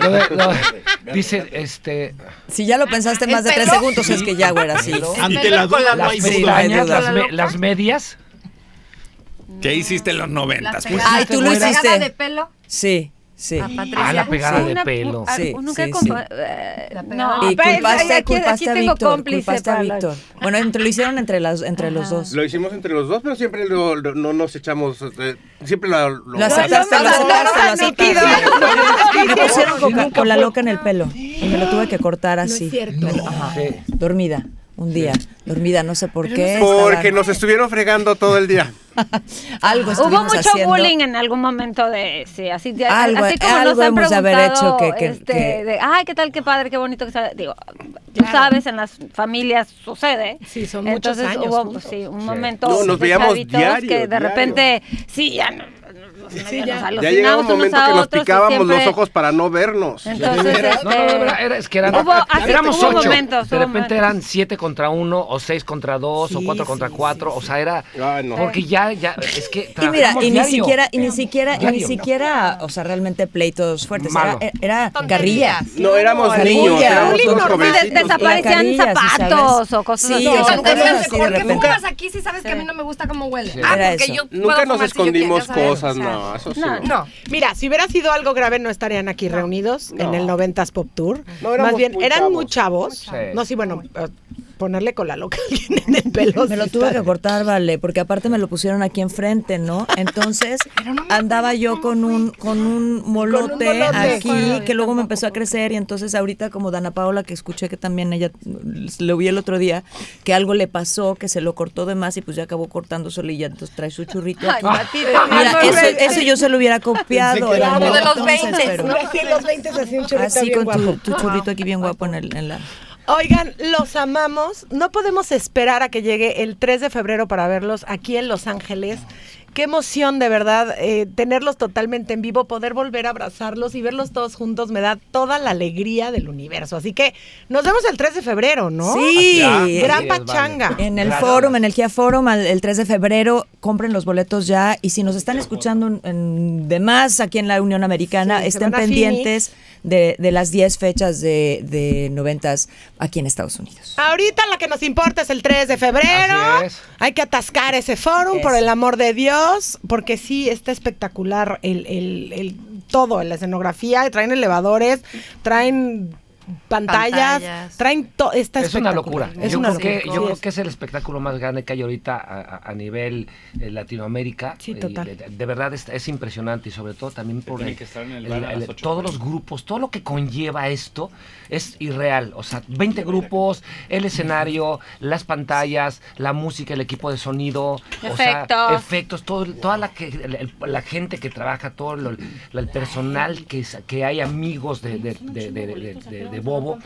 [SPEAKER 7] Lo de- lo- dice, este,
[SPEAKER 4] Si ya lo pensaste más de tres
[SPEAKER 9] pelo?
[SPEAKER 4] segundos, es que ya, güera, sí.
[SPEAKER 10] Ante la duda no hay
[SPEAKER 4] Sí,
[SPEAKER 10] duda.
[SPEAKER 4] hay
[SPEAKER 7] pestañas,
[SPEAKER 4] dudas.
[SPEAKER 7] las, me- las medias.
[SPEAKER 5] ¿Qué hiciste en los noventas? Pues,
[SPEAKER 4] Ay, tú lo
[SPEAKER 9] Pegada
[SPEAKER 4] hiciste.
[SPEAKER 9] de pelo
[SPEAKER 4] Sí, sí.
[SPEAKER 9] a Patricia.
[SPEAKER 7] Ah, la pegada
[SPEAKER 4] Sí.
[SPEAKER 7] de
[SPEAKER 3] Una-
[SPEAKER 7] pelo.
[SPEAKER 3] ah,
[SPEAKER 4] Sí,
[SPEAKER 3] nunca
[SPEAKER 4] sí,
[SPEAKER 3] compa-
[SPEAKER 4] sí.
[SPEAKER 3] eh,
[SPEAKER 9] La
[SPEAKER 3] no,
[SPEAKER 9] pegada.
[SPEAKER 4] Y
[SPEAKER 3] pero
[SPEAKER 4] culpaste,
[SPEAKER 3] ahí aquí-
[SPEAKER 4] culpaste
[SPEAKER 3] aquí
[SPEAKER 4] a
[SPEAKER 3] tengo
[SPEAKER 4] Víctor,
[SPEAKER 3] cómplice
[SPEAKER 4] culpaste a
[SPEAKER 3] para la-
[SPEAKER 4] Víctor. Bueno, entre, lo hicieron entre, las, entre los dos.
[SPEAKER 8] Lo hicimos entre los dos, pero siempre lo- lo- no nos echamos. eh, siempre lo, lo-
[SPEAKER 4] Lo aceptaste,
[SPEAKER 2] No,
[SPEAKER 4] lo aceptaste, lo
[SPEAKER 2] no, no, no, no,
[SPEAKER 4] aceptaste.
[SPEAKER 2] admitido.
[SPEAKER 4] Y me pusieron coca- cola loca en el pelo y me lo tuve que cortar así. Me lo- ajá. Dormida, un día. Dormida, no sé por qué.
[SPEAKER 8] Porque
[SPEAKER 4] estaba-
[SPEAKER 8] nos estuvieron fregando todo el día.
[SPEAKER 4] Algo
[SPEAKER 3] Hubo
[SPEAKER 4] estuvimos
[SPEAKER 3] mucho
[SPEAKER 4] haciendo.
[SPEAKER 3] bullying en algún momento de, sí, así, de-
[SPEAKER 4] Algo-
[SPEAKER 3] así como nos
[SPEAKER 4] algo
[SPEAKER 3] han
[SPEAKER 4] hemos de haber hecho
[SPEAKER 3] preguntado,
[SPEAKER 4] que- que-
[SPEAKER 3] este,
[SPEAKER 4] que-
[SPEAKER 3] de, ay, qué tal, qué padre, qué bonito que sale. Digo, tú sabes, en las familias sucede.
[SPEAKER 2] Sí, son muchos
[SPEAKER 3] Entonces
[SPEAKER 2] años
[SPEAKER 3] hubo,
[SPEAKER 2] juntos.
[SPEAKER 3] sí, un momento
[SPEAKER 8] No, nos
[SPEAKER 3] de
[SPEAKER 8] veíamos
[SPEAKER 3] chavitos
[SPEAKER 8] diario,
[SPEAKER 3] que de
[SPEAKER 8] diario.
[SPEAKER 3] repente, sí, ya no, no, medio
[SPEAKER 8] Ya
[SPEAKER 3] nos
[SPEAKER 8] llegaba un
[SPEAKER 3] alucinábamos unos
[SPEAKER 8] momento
[SPEAKER 3] a
[SPEAKER 8] que nos
[SPEAKER 3] otros y
[SPEAKER 8] picábamos los
[SPEAKER 3] siempre-
[SPEAKER 8] ojos para no vernos.
[SPEAKER 3] Entonces,
[SPEAKER 8] este,
[SPEAKER 3] este,
[SPEAKER 7] No, no, no, era- era- es que eran,
[SPEAKER 3] Hubo- así
[SPEAKER 7] éramos
[SPEAKER 3] hubo
[SPEAKER 7] ocho.
[SPEAKER 3] momentos,
[SPEAKER 7] de
[SPEAKER 3] hubo
[SPEAKER 7] repente
[SPEAKER 3] momentos.
[SPEAKER 7] eran siete contra uno, o seis contra dos, o
[SPEAKER 2] Sí,
[SPEAKER 7] cuatro
[SPEAKER 2] sí,
[SPEAKER 7] contra
[SPEAKER 2] sí,
[SPEAKER 7] cuatro. O sea, era.
[SPEAKER 8] Ay, no.
[SPEAKER 7] Porque ya, ya, es que.
[SPEAKER 4] Y mira,
[SPEAKER 7] trabajamos
[SPEAKER 4] y ni
[SPEAKER 7] diario.
[SPEAKER 4] siquiera, y ni siquiera, y ni
[SPEAKER 7] Diario.
[SPEAKER 4] siquiera, o sea, realmente pleitos fuertes.
[SPEAKER 7] Malo.
[SPEAKER 4] Era, era carrilla.
[SPEAKER 8] No, éramos
[SPEAKER 4] Carrilla.
[SPEAKER 8] niños, éramos
[SPEAKER 4] Bullying
[SPEAKER 8] unos
[SPEAKER 3] normal,
[SPEAKER 8] jovencitos.
[SPEAKER 3] desapa- Aparecían
[SPEAKER 4] Era carrilla, sí,
[SPEAKER 3] zapatos
[SPEAKER 4] ¿sabes?
[SPEAKER 3] o cosas
[SPEAKER 4] Pues sí,
[SPEAKER 3] así.
[SPEAKER 4] o sea,
[SPEAKER 9] Cuando te
[SPEAKER 4] cosas
[SPEAKER 9] dicen,
[SPEAKER 4] así de
[SPEAKER 9] ¿por qué
[SPEAKER 4] repente.
[SPEAKER 9] fumas aquí si sabes que a mí no me gusta cómo huele? Ah,
[SPEAKER 4] Era
[SPEAKER 9] porque
[SPEAKER 4] eso.
[SPEAKER 9] yo puedo
[SPEAKER 8] Nunca nos
[SPEAKER 9] fumar si yo
[SPEAKER 8] escondimos
[SPEAKER 9] quiero, ya sabes.
[SPEAKER 8] cosas, no, eso sí.
[SPEAKER 3] No,
[SPEAKER 8] no.
[SPEAKER 9] No,
[SPEAKER 2] Mira, si hubiera sido algo grave no estarían aquí reunidos en el 90s Pop Tour.
[SPEAKER 8] No, éramos
[SPEAKER 2] Más bien,
[SPEAKER 8] muy
[SPEAKER 2] eran
[SPEAKER 8] chavos.
[SPEAKER 2] muy chavos.
[SPEAKER 7] chavos.
[SPEAKER 2] No, sí, bueno, eh, ponerle cola loca a alguien en el pelo.
[SPEAKER 4] Me lo
[SPEAKER 2] sí
[SPEAKER 4] tuve
[SPEAKER 2] está-
[SPEAKER 4] que cortar, vale, porque aparte me lo pusieron aquí enfrente, ¿no?
[SPEAKER 9] (laughs)
[SPEAKER 4] Entonces andaba yo con un con un molote aquí que luego me empezó a crecer y entonces ahorita como Dana Paola que escuché que también ella lo vi el otro día que algo le pasó, que se lo cortó de más y pues ya acabó cortando solilla, entonces trae su churrito.
[SPEAKER 3] Ay,
[SPEAKER 2] Ah,
[SPEAKER 4] aquí.
[SPEAKER 3] Mati, de-
[SPEAKER 4] Mira, eso, eso yo se lo hubiera copiado. en el
[SPEAKER 9] como de los
[SPEAKER 4] entonces,
[SPEAKER 9] 20,
[SPEAKER 4] pero
[SPEAKER 9] ¿no?
[SPEAKER 2] Sí, los 20 así un chorrito
[SPEAKER 4] Así
[SPEAKER 2] bien
[SPEAKER 4] con tu,
[SPEAKER 2] guapo.
[SPEAKER 4] tu churrito aquí bien guapo en, el, en la...
[SPEAKER 2] Oigan, los amamos. No podemos esperar a que llegue el 3 de febrero para verlos aquí en Los Ángeles. Qué emoción, de verdad, eh, tenerlos totalmente en vivo, poder volver a abrazarlos y verlos todos juntos me da toda la alegría del universo. Así que nos vemos el 3 de febrero, ¿no?
[SPEAKER 4] Sí.
[SPEAKER 7] Así es,
[SPEAKER 2] Gran
[SPEAKER 7] vale.
[SPEAKER 2] pachanga.
[SPEAKER 4] En el forum, en el GIA Forum, al- el 3 de febrero, compren los boletos ya. Y si nos están escuchando en- en- de más aquí en la Unión Americana,
[SPEAKER 2] Sí, se
[SPEAKER 4] estén
[SPEAKER 2] van a
[SPEAKER 4] pendientes de, de las 10 fechas de, de 90 aquí en Estados Unidos.
[SPEAKER 2] Ahorita la que nos importa es el 3 de febrero.
[SPEAKER 7] Así es.
[SPEAKER 2] Hay que atascar ese forum, por el amor de Dios, porque sí, está espectacular el, el- el- todo, la escenografía, traen elevadores, traen pantallas,
[SPEAKER 9] Pantallas.
[SPEAKER 2] traen todo, está
[SPEAKER 7] Es una
[SPEAKER 2] espectacular.
[SPEAKER 7] locura.
[SPEAKER 2] Es
[SPEAKER 7] yo
[SPEAKER 2] una
[SPEAKER 7] creo que,
[SPEAKER 2] locura.
[SPEAKER 7] yo
[SPEAKER 2] Sí
[SPEAKER 7] creo
[SPEAKER 2] es.
[SPEAKER 7] que es el espectáculo más grande que hay ahorita a, a- a nivel eh, Latinoamérica.
[SPEAKER 2] Sí,
[SPEAKER 7] Y
[SPEAKER 2] total.
[SPEAKER 7] de, de verdad es, es impresionante y sobre todo también por
[SPEAKER 5] tiene
[SPEAKER 7] el-
[SPEAKER 5] que estar en el
[SPEAKER 7] el-
[SPEAKER 5] bar a
[SPEAKER 7] el-
[SPEAKER 5] las ocho,
[SPEAKER 7] todos
[SPEAKER 5] ¿no?
[SPEAKER 7] los grupos, todo lo que conlleva esto es irreal. O sea, 20 grupos, el escenario, las pantallas, la música, el equipo de sonido, o sea,
[SPEAKER 3] Efectos.
[SPEAKER 7] efectos, todo, toda la, que, el- el- la gente que trabaja, todo lo- la- el personal que, es- que hay amigos de, de, de- de- de- de- de Bobo.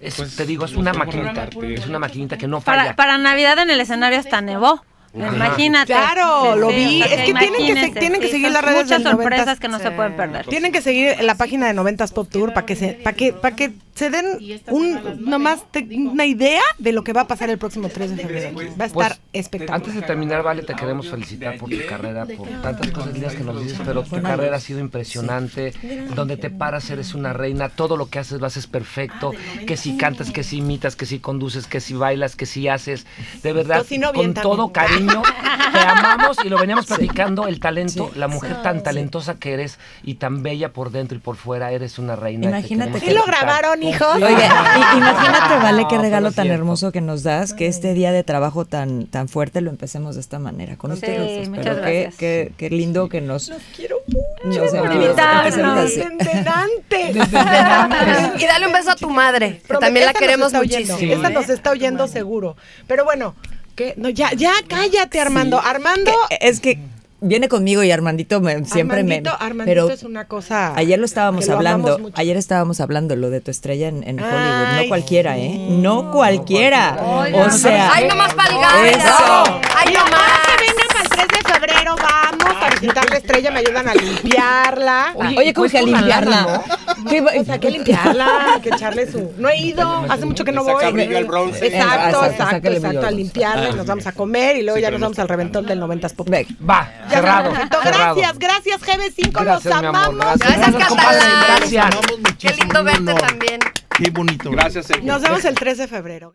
[SPEAKER 7] Es-
[SPEAKER 5] Pues
[SPEAKER 7] te digo, es una maquinita, es una maquinita que no falla.
[SPEAKER 3] Para, para Navidad en el escenario hasta nevó. Imagínate.
[SPEAKER 2] Claro, lo vi.
[SPEAKER 3] o sea,
[SPEAKER 2] Es que tienen que se-
[SPEAKER 3] imagínense,
[SPEAKER 2] tienen que seguir
[SPEAKER 3] son
[SPEAKER 2] las redes
[SPEAKER 3] Muchas
[SPEAKER 2] del 90s.
[SPEAKER 3] sorpresas que no se pueden perder.
[SPEAKER 2] Tienen que seguir la página de 90s Pop Tour para que se, para que, para que se den un, nomás te- una idea de lo que va a pasar el próximo 3 de febrero. Va a estar
[SPEAKER 7] Pues,
[SPEAKER 2] espectacular.
[SPEAKER 7] Antes de terminar, Vale, te queremos felicitar por tu carrera, por tantas cosas lindas que nos dices, pero tu carrera ha sido impresionante. Donde te paras eres una reina, todo lo que haces lo haces
[SPEAKER 4] Ah,
[SPEAKER 7] perfecto. Que si cantas, que si imitas, que si conduces, que si bailas, que si haces.
[SPEAKER 2] Pues,
[SPEAKER 7] De verdad,
[SPEAKER 2] Cocino bien
[SPEAKER 7] con todo cariño, te amamos y lo veníamos platicando, el talento,
[SPEAKER 4] Sí.
[SPEAKER 7] la mujer tan talentosa que eres y tan bella por dentro y por fuera, eres una reina. y te
[SPEAKER 4] Imagínate
[SPEAKER 7] queremos
[SPEAKER 4] que-
[SPEAKER 2] ¿Sí lo
[SPEAKER 7] felicitar.
[SPEAKER 2] grabaron, hijos?
[SPEAKER 4] Oye, i- (laughs) imagínate, Vale, qué
[SPEAKER 7] No,
[SPEAKER 4] regalo
[SPEAKER 7] pero
[SPEAKER 4] tan
[SPEAKER 7] cierto.
[SPEAKER 4] hermoso que nos das, que este día de trabajo tan, tan fuerte lo empecemos de esta manera. Con
[SPEAKER 3] Sí,
[SPEAKER 4] ustedes,
[SPEAKER 3] muchas
[SPEAKER 4] pero qué,
[SPEAKER 3] gracias.
[SPEAKER 4] qué- qué lindo que nos, Nos
[SPEAKER 3] bonita,
[SPEAKER 4] empezamos
[SPEAKER 3] ¿no?
[SPEAKER 4] así. (laughs)
[SPEAKER 2] Dante.
[SPEAKER 9] Y dale un beso a tu madre, que
[SPEAKER 2] Prome-
[SPEAKER 9] también la
[SPEAKER 2] esta nos
[SPEAKER 9] queremos
[SPEAKER 2] está oyendo,
[SPEAKER 9] muchísimo.
[SPEAKER 2] Esta
[SPEAKER 9] ¿eh?
[SPEAKER 2] nos está oyendo seguro. Pero bueno, que no, ya, ya cállate, Armando. Armando,
[SPEAKER 4] Que- eh, es que viene conmigo y Armandito me- siempre
[SPEAKER 2] Armandito,
[SPEAKER 4] me.
[SPEAKER 2] Armandito
[SPEAKER 4] pero
[SPEAKER 2] es una cosa
[SPEAKER 4] Ayer lo estábamos
[SPEAKER 2] que lo amamos
[SPEAKER 4] hablando.
[SPEAKER 2] mucho.
[SPEAKER 4] ayer estábamos hablando lo de tu estrella en, en Hollywood.
[SPEAKER 2] Ay,
[SPEAKER 4] No cualquiera, ¿eh? No cualquiera. o sea.
[SPEAKER 9] ¡Ay, nomás palgada!
[SPEAKER 4] Eso.
[SPEAKER 9] ¡Ay, nomás!
[SPEAKER 2] que vengan para el 3 de febrero, vamos a visitar la estrella, me ayudan a limpiarla.
[SPEAKER 4] Oye, como que a limpiarla. ¿Qué va-
[SPEAKER 2] O sea, hay que limpiarla, hay que echarle su. No he ido, hace mucho que no voy.
[SPEAKER 8] saca brillo al bronce.
[SPEAKER 2] Exacto,
[SPEAKER 4] Exacto,
[SPEAKER 2] exacto,
[SPEAKER 4] sácale
[SPEAKER 2] exacto.
[SPEAKER 4] brillo
[SPEAKER 2] A
[SPEAKER 4] al
[SPEAKER 2] limpiarla y nos vamos a comer y luego ya nos vamos al reventón del 90s Pop.
[SPEAKER 4] Ve,
[SPEAKER 7] Va,
[SPEAKER 2] Ya,
[SPEAKER 7] cerrado.
[SPEAKER 2] perfecto.
[SPEAKER 7] cerrado.
[SPEAKER 2] Gracias, gracias, GB5, los
[SPEAKER 7] Gracias, mi amor,
[SPEAKER 2] amamos.
[SPEAKER 7] gracias.
[SPEAKER 9] Gracias,
[SPEAKER 7] compadre,
[SPEAKER 9] Catalán.
[SPEAKER 7] Gracias.
[SPEAKER 10] Amamos
[SPEAKER 9] Qué
[SPEAKER 10] muchísimo,
[SPEAKER 9] lindo
[SPEAKER 10] un
[SPEAKER 9] verte
[SPEAKER 10] honor.
[SPEAKER 9] también.
[SPEAKER 10] Qué bonito.
[SPEAKER 8] Gracias, Sergio.
[SPEAKER 2] Nos vemos el 3 de febrero.